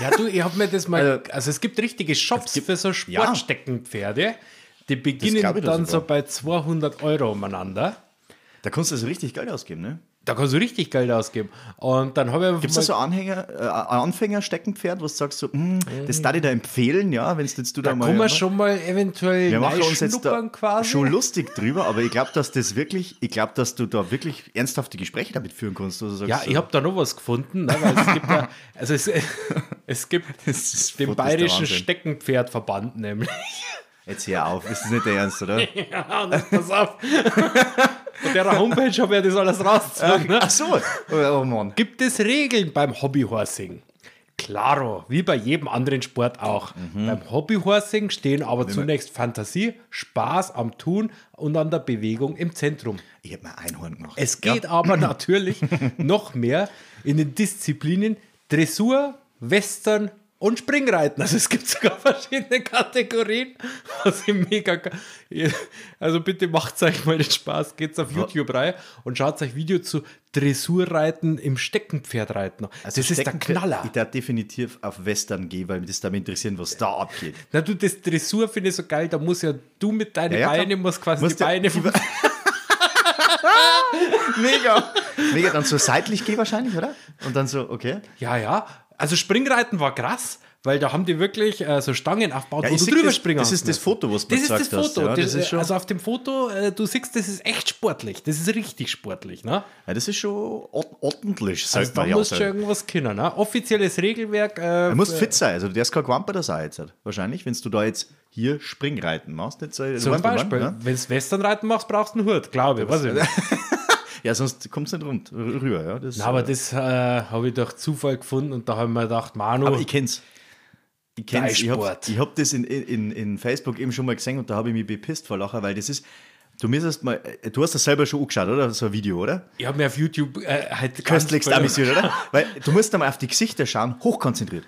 Speaker 1: Ja, du, ich hab mir das mal. Also,
Speaker 2: Also-
Speaker 1: es gibt richtige Shops für so
Speaker 2: ja.
Speaker 1: Sportsteckenpferde. Die
Speaker 2: Das
Speaker 1: beginnen
Speaker 2: glaub ich doch
Speaker 1: dann so
Speaker 2: sogar.
Speaker 1: bei 200 Euro umeinander.
Speaker 2: Da kannst du also richtig Geld ausgeben, ne?
Speaker 1: Da kannst du richtig Geld ausgeben. Und dann habe ich
Speaker 2: Gibt es da so Anhänger, äh, Anfänger-Steckenpferd, wo du sagst, so, "Hm, das darf ich dir empfehlen, ja, wenn jetzt du da,
Speaker 1: Äh. da
Speaker 2: mal.
Speaker 1: kann man schon mal eventuell
Speaker 2: wir machen uns jetzt da
Speaker 1: reinschnuppern quasi.
Speaker 2: schon lustig drüber, aber ich glaube, dass das wirklich, ich glaube, dass du da wirklich ernsthafte Gespräche damit führen kannst. wo du sagst,
Speaker 1: Ja,
Speaker 2: so,
Speaker 1: ich habe da noch was gefunden. Ne, weil es gibt ja, also es, es gibt den
Speaker 2: Das ist- das ist der
Speaker 1: bayerischen
Speaker 2: Wahnsinn.
Speaker 1: Steckenpferdverband nämlich.
Speaker 2: Jetzt hör auf, ist das nicht der Ernst, oder?
Speaker 1: Ja, und pass auf. Auf der Homepage habe ich ja das alles rausgezogen. Ne?
Speaker 2: Ach so, oh Mann.
Speaker 1: Gibt es Regeln beim Hobbyhorsing? Klaro, wie bei jedem anderen Sport auch. Beim Hobbyhorsing stehen aber zunächst Fantasie, Spaß am Tun und an der Bewegung im Zentrum.
Speaker 2: Ich hab mir Einhorn gemacht.
Speaker 1: Es geht aber natürlich noch mehr in den Disziplinen Dressur, Western und Springreiten. Also es gibt sogar verschiedene Kategorien, was ich mega ge- Also bitte macht euch mal den Spaß, geht's auf YouTube rein und schaut euch Video zu Dressurreiten im Steckenpferdreiten. an. das ist der
Speaker 2: Also Steckenpferd-
Speaker 1: Knaller.
Speaker 2: Ich darf definitiv auf Western gehen, weil mich das damit interessieren, was da abgeht.
Speaker 1: Na du, das Dressur finde ich so geil, da musst ja du mit deinen
Speaker 2: Ja, ja, klar.
Speaker 1: Beinen, musst quasi
Speaker 2: Musst
Speaker 1: Also die
Speaker 2: ja-
Speaker 1: Beine...
Speaker 2: Mega. Mega, dann so seitlich geh wahrscheinlich, oder? Und dann so, okay.
Speaker 1: Ja, ja. Also Springreiten war krass, weil da haben die wirklich äh, so Stangen aufgebaut,
Speaker 2: Ja,
Speaker 1: wo
Speaker 2: ich
Speaker 1: du
Speaker 2: seh
Speaker 1: drüber
Speaker 2: das-
Speaker 1: springen
Speaker 2: das
Speaker 1: hast
Speaker 2: ist das
Speaker 1: müssen.
Speaker 2: Foto, was du
Speaker 1: Das ist das
Speaker 2: gesagt
Speaker 1: Foto.
Speaker 2: hast, ja,
Speaker 1: das,
Speaker 2: das ist
Speaker 1: äh,
Speaker 2: schon-
Speaker 1: Also auf dem Foto, äh, du siehst, das ist echt sportlich. Das ist richtig sportlich. Ne?
Speaker 2: Ja, das ist schon ord- ordentlich, sagt
Speaker 1: Also da
Speaker 2: man ja.
Speaker 1: musst du
Speaker 2: Also.
Speaker 1: schon irgendwas können. Ne? Offizielles Regelwerk. Äh,
Speaker 2: Du musst fit sein, also du darfst kein Quamper sein jetzt. halt. Wahrscheinlich, wenn du da jetzt hier Springreiten machst. Nicht so, du
Speaker 1: zum
Speaker 2: weißt, was ich
Speaker 1: Beispiel,
Speaker 2: meine, ne?
Speaker 1: wenn du Westernreiten machst, brauchst du einen Hut, glaube ich. Weiß ich nicht.
Speaker 2: Ja, sonst kommst du nicht rund, r- rüber. Ja, das,
Speaker 1: Na, aber
Speaker 2: äh,
Speaker 1: das äh, habe ich durch Zufall gefunden und da haben wir gedacht, Manu,
Speaker 2: Aber ich kenn's. Ich kenn's. Ich hab,
Speaker 1: Dreisport.
Speaker 2: ich hab das in, in, in Facebook eben schon mal gesehen und da habe ich mich bepisst vor Lachen, weil das ist. Du müsstest mal. äh, Du hast das selber schon angeschaut, oder? So ein Video, oder?
Speaker 1: ich habe mir auf YouTube äh, halt ganz
Speaker 2: Köstlichst
Speaker 1: blöd-
Speaker 2: amüsiert, oder? Weil du musst einmal auf die Gesichter schauen, hochkonzentriert.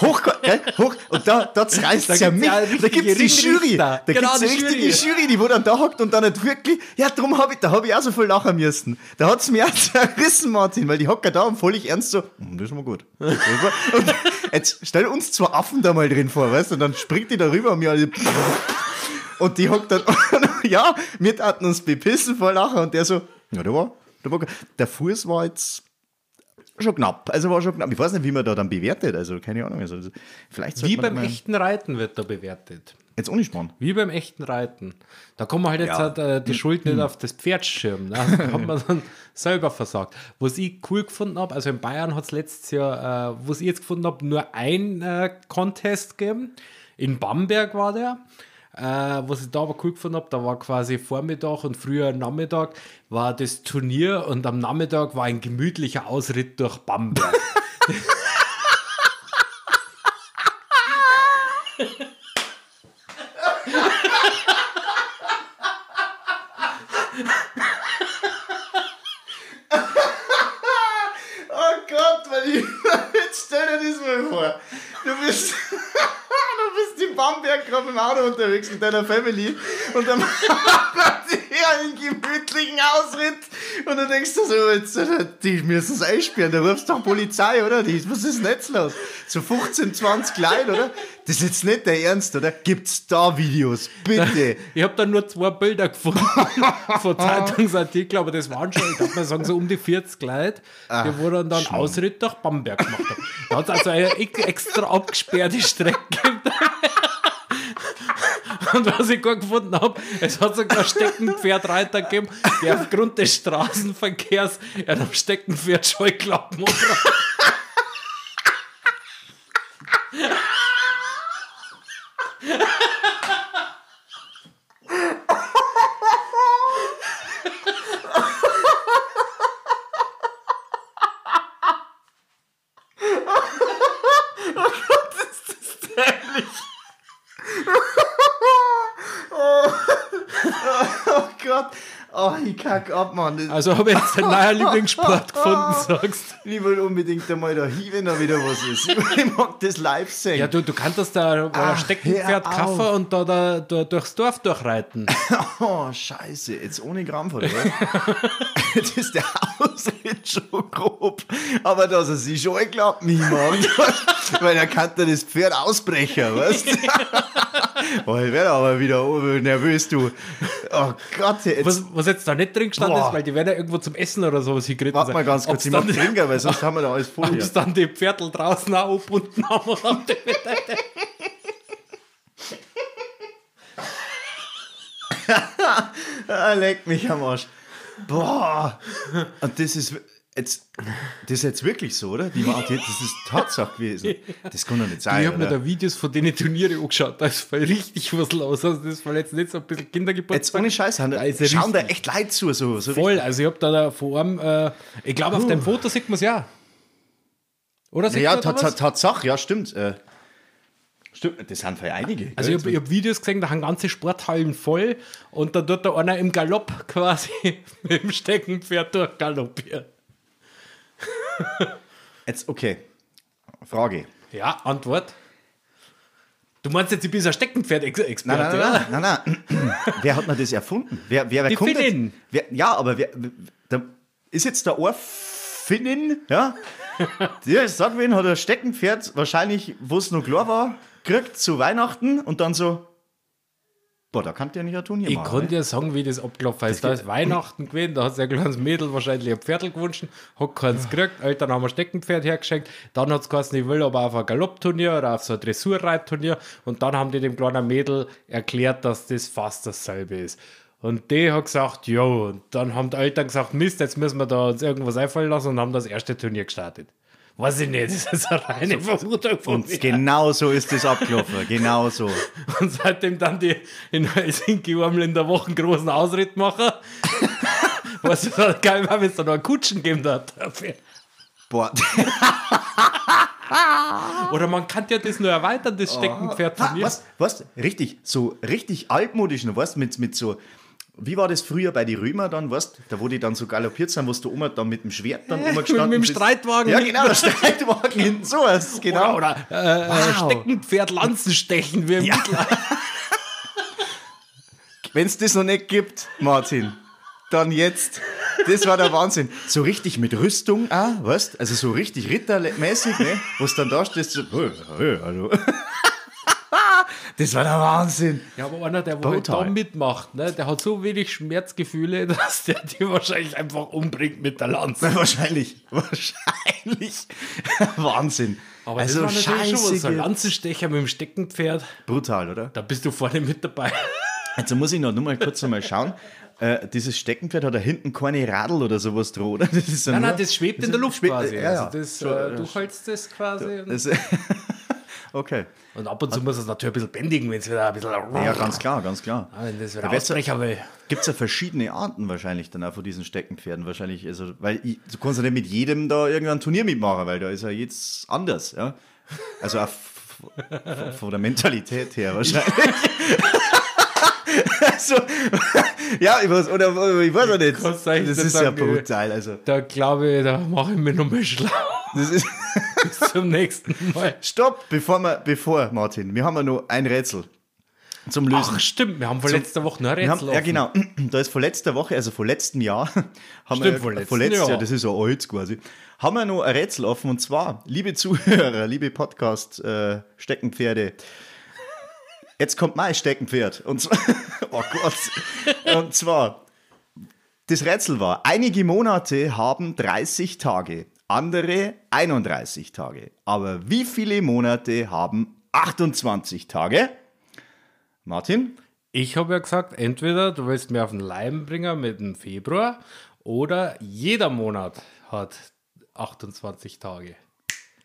Speaker 2: Hoch, gell? Hoch, und da, da reißt
Speaker 1: Da
Speaker 2: es ja
Speaker 1: gibt's
Speaker 2: mich.
Speaker 1: ja
Speaker 2: da
Speaker 1: richtige
Speaker 2: gibt's die Jury. Da
Speaker 1: Ringrichter. Genau,
Speaker 2: gibt's die
Speaker 1: die
Speaker 2: richtige Jury.
Speaker 1: Jury.
Speaker 2: die wo dann da hockt und dann nicht wirklich. Ja, drum habe ich, da habe ich auch so viel lachen müssen. Da hat es mir auch zerrissen, Martin, weil die hocken da und völlig ernst so, "Hm, das ist mal gut. Das ist mal- Und jetzt stell uns zwei Affen da mal drin vor, weißt du? Und dann springt die da rüber und mir alle. Und die hockt dann, ja, wir hatten uns bepissen vor Lachen und der so, ja, der war, der war, gut." der Fuß war jetzt schon knapp, also war schon knapp. Ich weiß nicht, wie man da dann bewertet, also keine Ahnung. Also, vielleicht sollte
Speaker 1: Wie
Speaker 2: man
Speaker 1: beim
Speaker 2: mal-
Speaker 1: echten Reiten wird da bewertet.
Speaker 2: Jetzt ohne Spann.
Speaker 1: Wie beim echten Reiten. Da kann man halt jetzt
Speaker 2: Ja.
Speaker 1: halt, äh, die Schuld nicht auf das Pferd schirmen. Ne? Da hat man dann selber versagt. Was ich cool gefunden habe, also in Bayern hat es letztes Jahr, äh, was ich jetzt gefunden habe, nur ein äh, Contest gegeben. In Bamberg war der. Äh, was ich da aber cool gefunden habe, da war quasi Vormittag und früher Nachmittag war das Turnier und am Nachmittag war ein gemütlicher Ausritt durch Bamberg.
Speaker 2: Oh Gott, weil ich, jetzt stell dir das mal vor. Du bist, du bist in Bamberg gerade im Auto unterwegs mit deiner Family und dann macht er einen gemütlichen Ausritt und du denkst dir so, jetzt, äh, die müssen es einsperren, da rufst du doch Polizei, oder? Die, was ist denn jetzt los? So 15, 20 Leute, oder? Das ist jetzt nicht der Ernst, oder? Gibt's da Videos? Bitte!
Speaker 1: Ich habe da nur zwei Bilder gefunden von Zeitungsartikeln, aber das waren schon, ich darf mal sagen, so um die 40 Leute, die wo dann, dann Ausritt durch Bamberg gemacht haben. Da hat es also eine ex- extra abgesperrte Strecke gegeben. Und was ich gut gefunden habe, es hat sogar einen Steckenpferdreiter gegeben, der aufgrund des Straßenverkehrs einem Steckenpferd Scheuklappen umbracht.
Speaker 2: Oh Gott! Oh, ich kack ab, Mann. Das-
Speaker 1: Also habe ich jetzt den neuen Lieblingssport gefunden, sagst
Speaker 2: Ich will unbedingt einmal da hin, wenn da wieder was ist. Ich mag das live sehen.
Speaker 1: Ja, du, du kannst da
Speaker 2: Ah,
Speaker 1: ein Steckenpferd
Speaker 2: hör auf.
Speaker 1: kaufen und da, da, da durchs Dorf durchreiten.
Speaker 2: Oh, scheiße, jetzt ohne Gramm von oder? Jetzt ist der Ausritt schon grob. Aber dass er sich schon glaubt, niemand. Weil er kann dann das Pferd ausbrechen, weißt du? Oh, ich werde aber wieder nervös, du. Oh Gott, jetzt.
Speaker 1: Was, was jetzt da nicht drin gestanden
Speaker 2: Boah.
Speaker 1: ist, weil die werden ja irgendwo zum Essen oder sowas hingeritten.
Speaker 2: Warte
Speaker 1: sein.
Speaker 2: mal ganz kurz,
Speaker 1: Ob's
Speaker 2: ich mach
Speaker 1: dann,
Speaker 2: Finger, weil sonst haben wir da alles voll.
Speaker 1: ob's dann die Pferdl draußen auch abgebunden haben und haben die
Speaker 2: Ah, leck mich am Arsch. Boah. Und das ist jetzt, das ist jetzt wirklich so, oder? Die war, die, das ist Tatsache gewesen. Das kann doch nicht sein.
Speaker 1: Ich habe mir
Speaker 2: oder?
Speaker 1: da Videos von denen Turniere angeschaut, da ist voll richtig was los. Also das war jetzt nicht so ein bisschen
Speaker 2: Jetzt
Speaker 1: Kindergeburtstag.
Speaker 2: ohne Scheiß, haben, da
Speaker 1: Da ist er
Speaker 2: schauen da echt Leute zu. So, so
Speaker 1: voll, also ich habe da, da vor allem, äh, ich glaube auf dem Foto sieht man es ja. Oder sieht
Speaker 2: Ja,
Speaker 1: man da was?
Speaker 2: Tatsache, ja, stimmt. Äh, stimmt, das sind voll einige.
Speaker 1: Also
Speaker 2: gell?
Speaker 1: ich habe hab Videos gesehen, da haben ganze Sporthallen voll und da tut da einer im Galopp quasi mit dem Steckenpferd durchgaloppieren.
Speaker 2: jetzt, okay. Frage.
Speaker 1: Ja, Antwort. Du meinst jetzt, ich bin so ein Steckenpferd-Experte,
Speaker 2: Nein, nein,
Speaker 1: oder?
Speaker 2: nein, nein, nein, nein. wer hat denn das erfunden? Wer, wer, wer
Speaker 1: Die
Speaker 2: kommt jetzt?
Speaker 1: Finnen.
Speaker 2: Wer, ja, aber wer, da ist jetzt der Ohr Finnin, ja? Der sagt, wen hat ein Steckenpferd, wahrscheinlich, wo es noch klar war, kriegt zu Weihnachten und dann so, boah, da kann der nicht ein Turnier
Speaker 1: Ich
Speaker 2: machen.
Speaker 1: konnte ja sagen, wie das abgelaufen ist. Da ist Weihnachten gewesen, da hat sich ein kleines Mädel wahrscheinlich ein Pferd gewünscht, hat keins gekriegt, Eltern haben ein Steckenpferd hergeschenkt, dann hat es geheißen, ich will aber auf ein Galoppturnier oder auf so ein Dressurreitturnier und dann haben die dem kleinen Mädel erklärt, dass das fast dasselbe ist. Und die hat gesagt, jo, und dann haben die Eltern gesagt, Mist, jetzt müssen wir da uns irgendwas einfallen lassen und haben das erste Turnier gestartet. Weiß ich nicht, das ist eine reine Vermutung von mir.
Speaker 2: und genau so ist das abgelaufen, genau so.
Speaker 1: Und seitdem dann die in Helsinki einmal in der Woche einen großen Ausritt machen. Was ist das geil, wenn es da noch einen Kutschen geben hat dafür.
Speaker 2: Boah,
Speaker 1: Oder man kann ja das nur erweitern, das Steckenpferd
Speaker 2: Ha,
Speaker 1: von mir.
Speaker 2: Ah. was, was, richtig, so richtig altmodisch, noch, weißt du, mit, mit so, wie war das früher bei den Römer dann, weißt du, da wo die dann so galoppiert sind, wo du Oma dann mit dem Schwert dann immer gestanden
Speaker 1: mit dem
Speaker 2: bist.
Speaker 1: Streitwagen
Speaker 2: Ja,
Speaker 1: hinten.
Speaker 2: genau, der Streitwagen hinten, sowas, genau.
Speaker 1: Oder, oder äh,
Speaker 2: Wow.
Speaker 1: Steckenpferd Lanzen stechen wir im
Speaker 2: Ja.
Speaker 1: Mittelalter.
Speaker 2: Wenn es das noch nicht gibt, Martin, dann jetzt. Das war der Wahnsinn. So richtig mit Rüstung auch, weißt Also so richtig rittermäßig, ne? Wo es dann da stehst, so, hey, hey, hallo. Das war der Wahnsinn.
Speaker 1: Ja, aber einer, der wohl da
Speaker 2: Brutal.
Speaker 1: mitmacht, ne, der hat so wenig Schmerzgefühle, dass der die wahrscheinlich einfach umbringt mit der Lanze.
Speaker 2: Wahrscheinlich. Wahrscheinlich. Wahnsinn.
Speaker 1: Aber
Speaker 2: also
Speaker 1: das war natürlich schon was. Ein
Speaker 2: scheiße.
Speaker 1: Lanzenstecher mit dem Steckenpferd,
Speaker 2: Brutal, oder?
Speaker 1: da bist du vorne mit dabei.
Speaker 2: Also muss ich noch nur mal kurz einmal schauen. Äh, dieses Steckenpferd hat da hinten keine Radl oder sowas dran, oder? Das ist ja
Speaker 1: Nein,
Speaker 2: nur-
Speaker 1: nein, das schwebt in
Speaker 2: ist-
Speaker 1: der Luft
Speaker 2: schwebt-
Speaker 1: quasi.
Speaker 2: ja, ja.
Speaker 1: Also das,
Speaker 2: Schon,
Speaker 1: äh,
Speaker 2: ja,
Speaker 1: du holst das quasi. und-
Speaker 2: Das, okay.
Speaker 1: Und ab und zu muss es natürlich ein bisschen bändigen, wenn es wieder ein bisschen. Ah,
Speaker 2: Ja, ganz klar, ganz klar.
Speaker 1: Wenn das wieder
Speaker 2: Da wär's-
Speaker 1: ausbrechen will.
Speaker 2: Gibt es ja verschiedene Arten wahrscheinlich dann auch von diesen Steckenpferden wahrscheinlich. Also, weil ich, du kannst ja nicht mit jedem da irgendein Turnier mitmachen, weil da ist ja jetzt anders, ja. Also auch f- f- von der Mentalität her wahrscheinlich. also, ja, ich weiß, oder, oder ich weiß auch nicht.
Speaker 1: kann's eigentlich
Speaker 2: Das
Speaker 1: nicht
Speaker 2: ist ja
Speaker 1: sagen, gell.
Speaker 2: brutal. Also,
Speaker 1: Da glaube ich, da mache ich mir nochmal schlau.
Speaker 2: das ist.
Speaker 1: Bis zum nächsten Mal.
Speaker 2: Stopp, bevor wir, bevor, Martin, wir haben ja noch ein Rätsel zum Lösen.
Speaker 1: Ach, stimmt, wir haben vor letzter Woche noch ein
Speaker 2: Wir
Speaker 1: Rätsel.
Speaker 2: haben, ja, genau. Da ist vor letzter Woche, also vor letztem Jahr, haben
Speaker 1: Stimmt,
Speaker 2: wir
Speaker 1: vor letztem
Speaker 2: letztes
Speaker 1: Jahr.
Speaker 2: das ist ja alt quasi, haben wir noch ein Rätsel offen. Und zwar, liebe Zuhörer, liebe Podcast-Steckenpferde, jetzt kommt mein Steckenpferd. Und zwar, oh Gott. Und zwar, das Rätsel war, einige Monate haben 30 Tage, andere 31 Tage. Aber wie viele Monate haben 28 Tage? Martin?
Speaker 1: Ich habe ja gesagt, entweder du willst mir auf den Leim bringen mit dem Februar oder jeder Monat hat 28 Tage.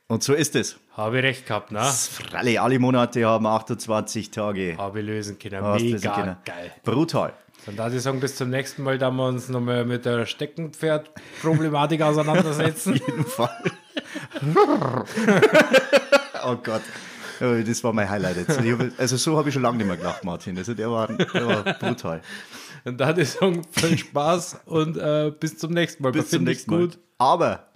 Speaker 2: Und so ist es.
Speaker 1: Habe ich recht gehabt, ne?
Speaker 2: Fralle, alle Monate haben 28 Tage.
Speaker 1: Habe ich lösen können.
Speaker 2: Hast du das
Speaker 1: Ah, Mega
Speaker 2: erkennen?
Speaker 1: geil.
Speaker 2: Brutal.
Speaker 1: Dann darf ich sagen, bis zum nächsten Mal, da wir uns nochmal mit der Steckenpferd-Problematik auseinandersetzen.
Speaker 2: Auf jeden Fall. oh Gott. Oh, Das war mein Highlight jetzt. Ich hab- Also so habe ich schon lange nicht mehr gelacht, Martin. Also der war, der war brutal.
Speaker 1: Dann darf ich sagen, viel Spaß und äh, bis zum nächsten Mal.
Speaker 2: Bis zum
Speaker 1: Befind dich
Speaker 2: nächsten Mal. Aber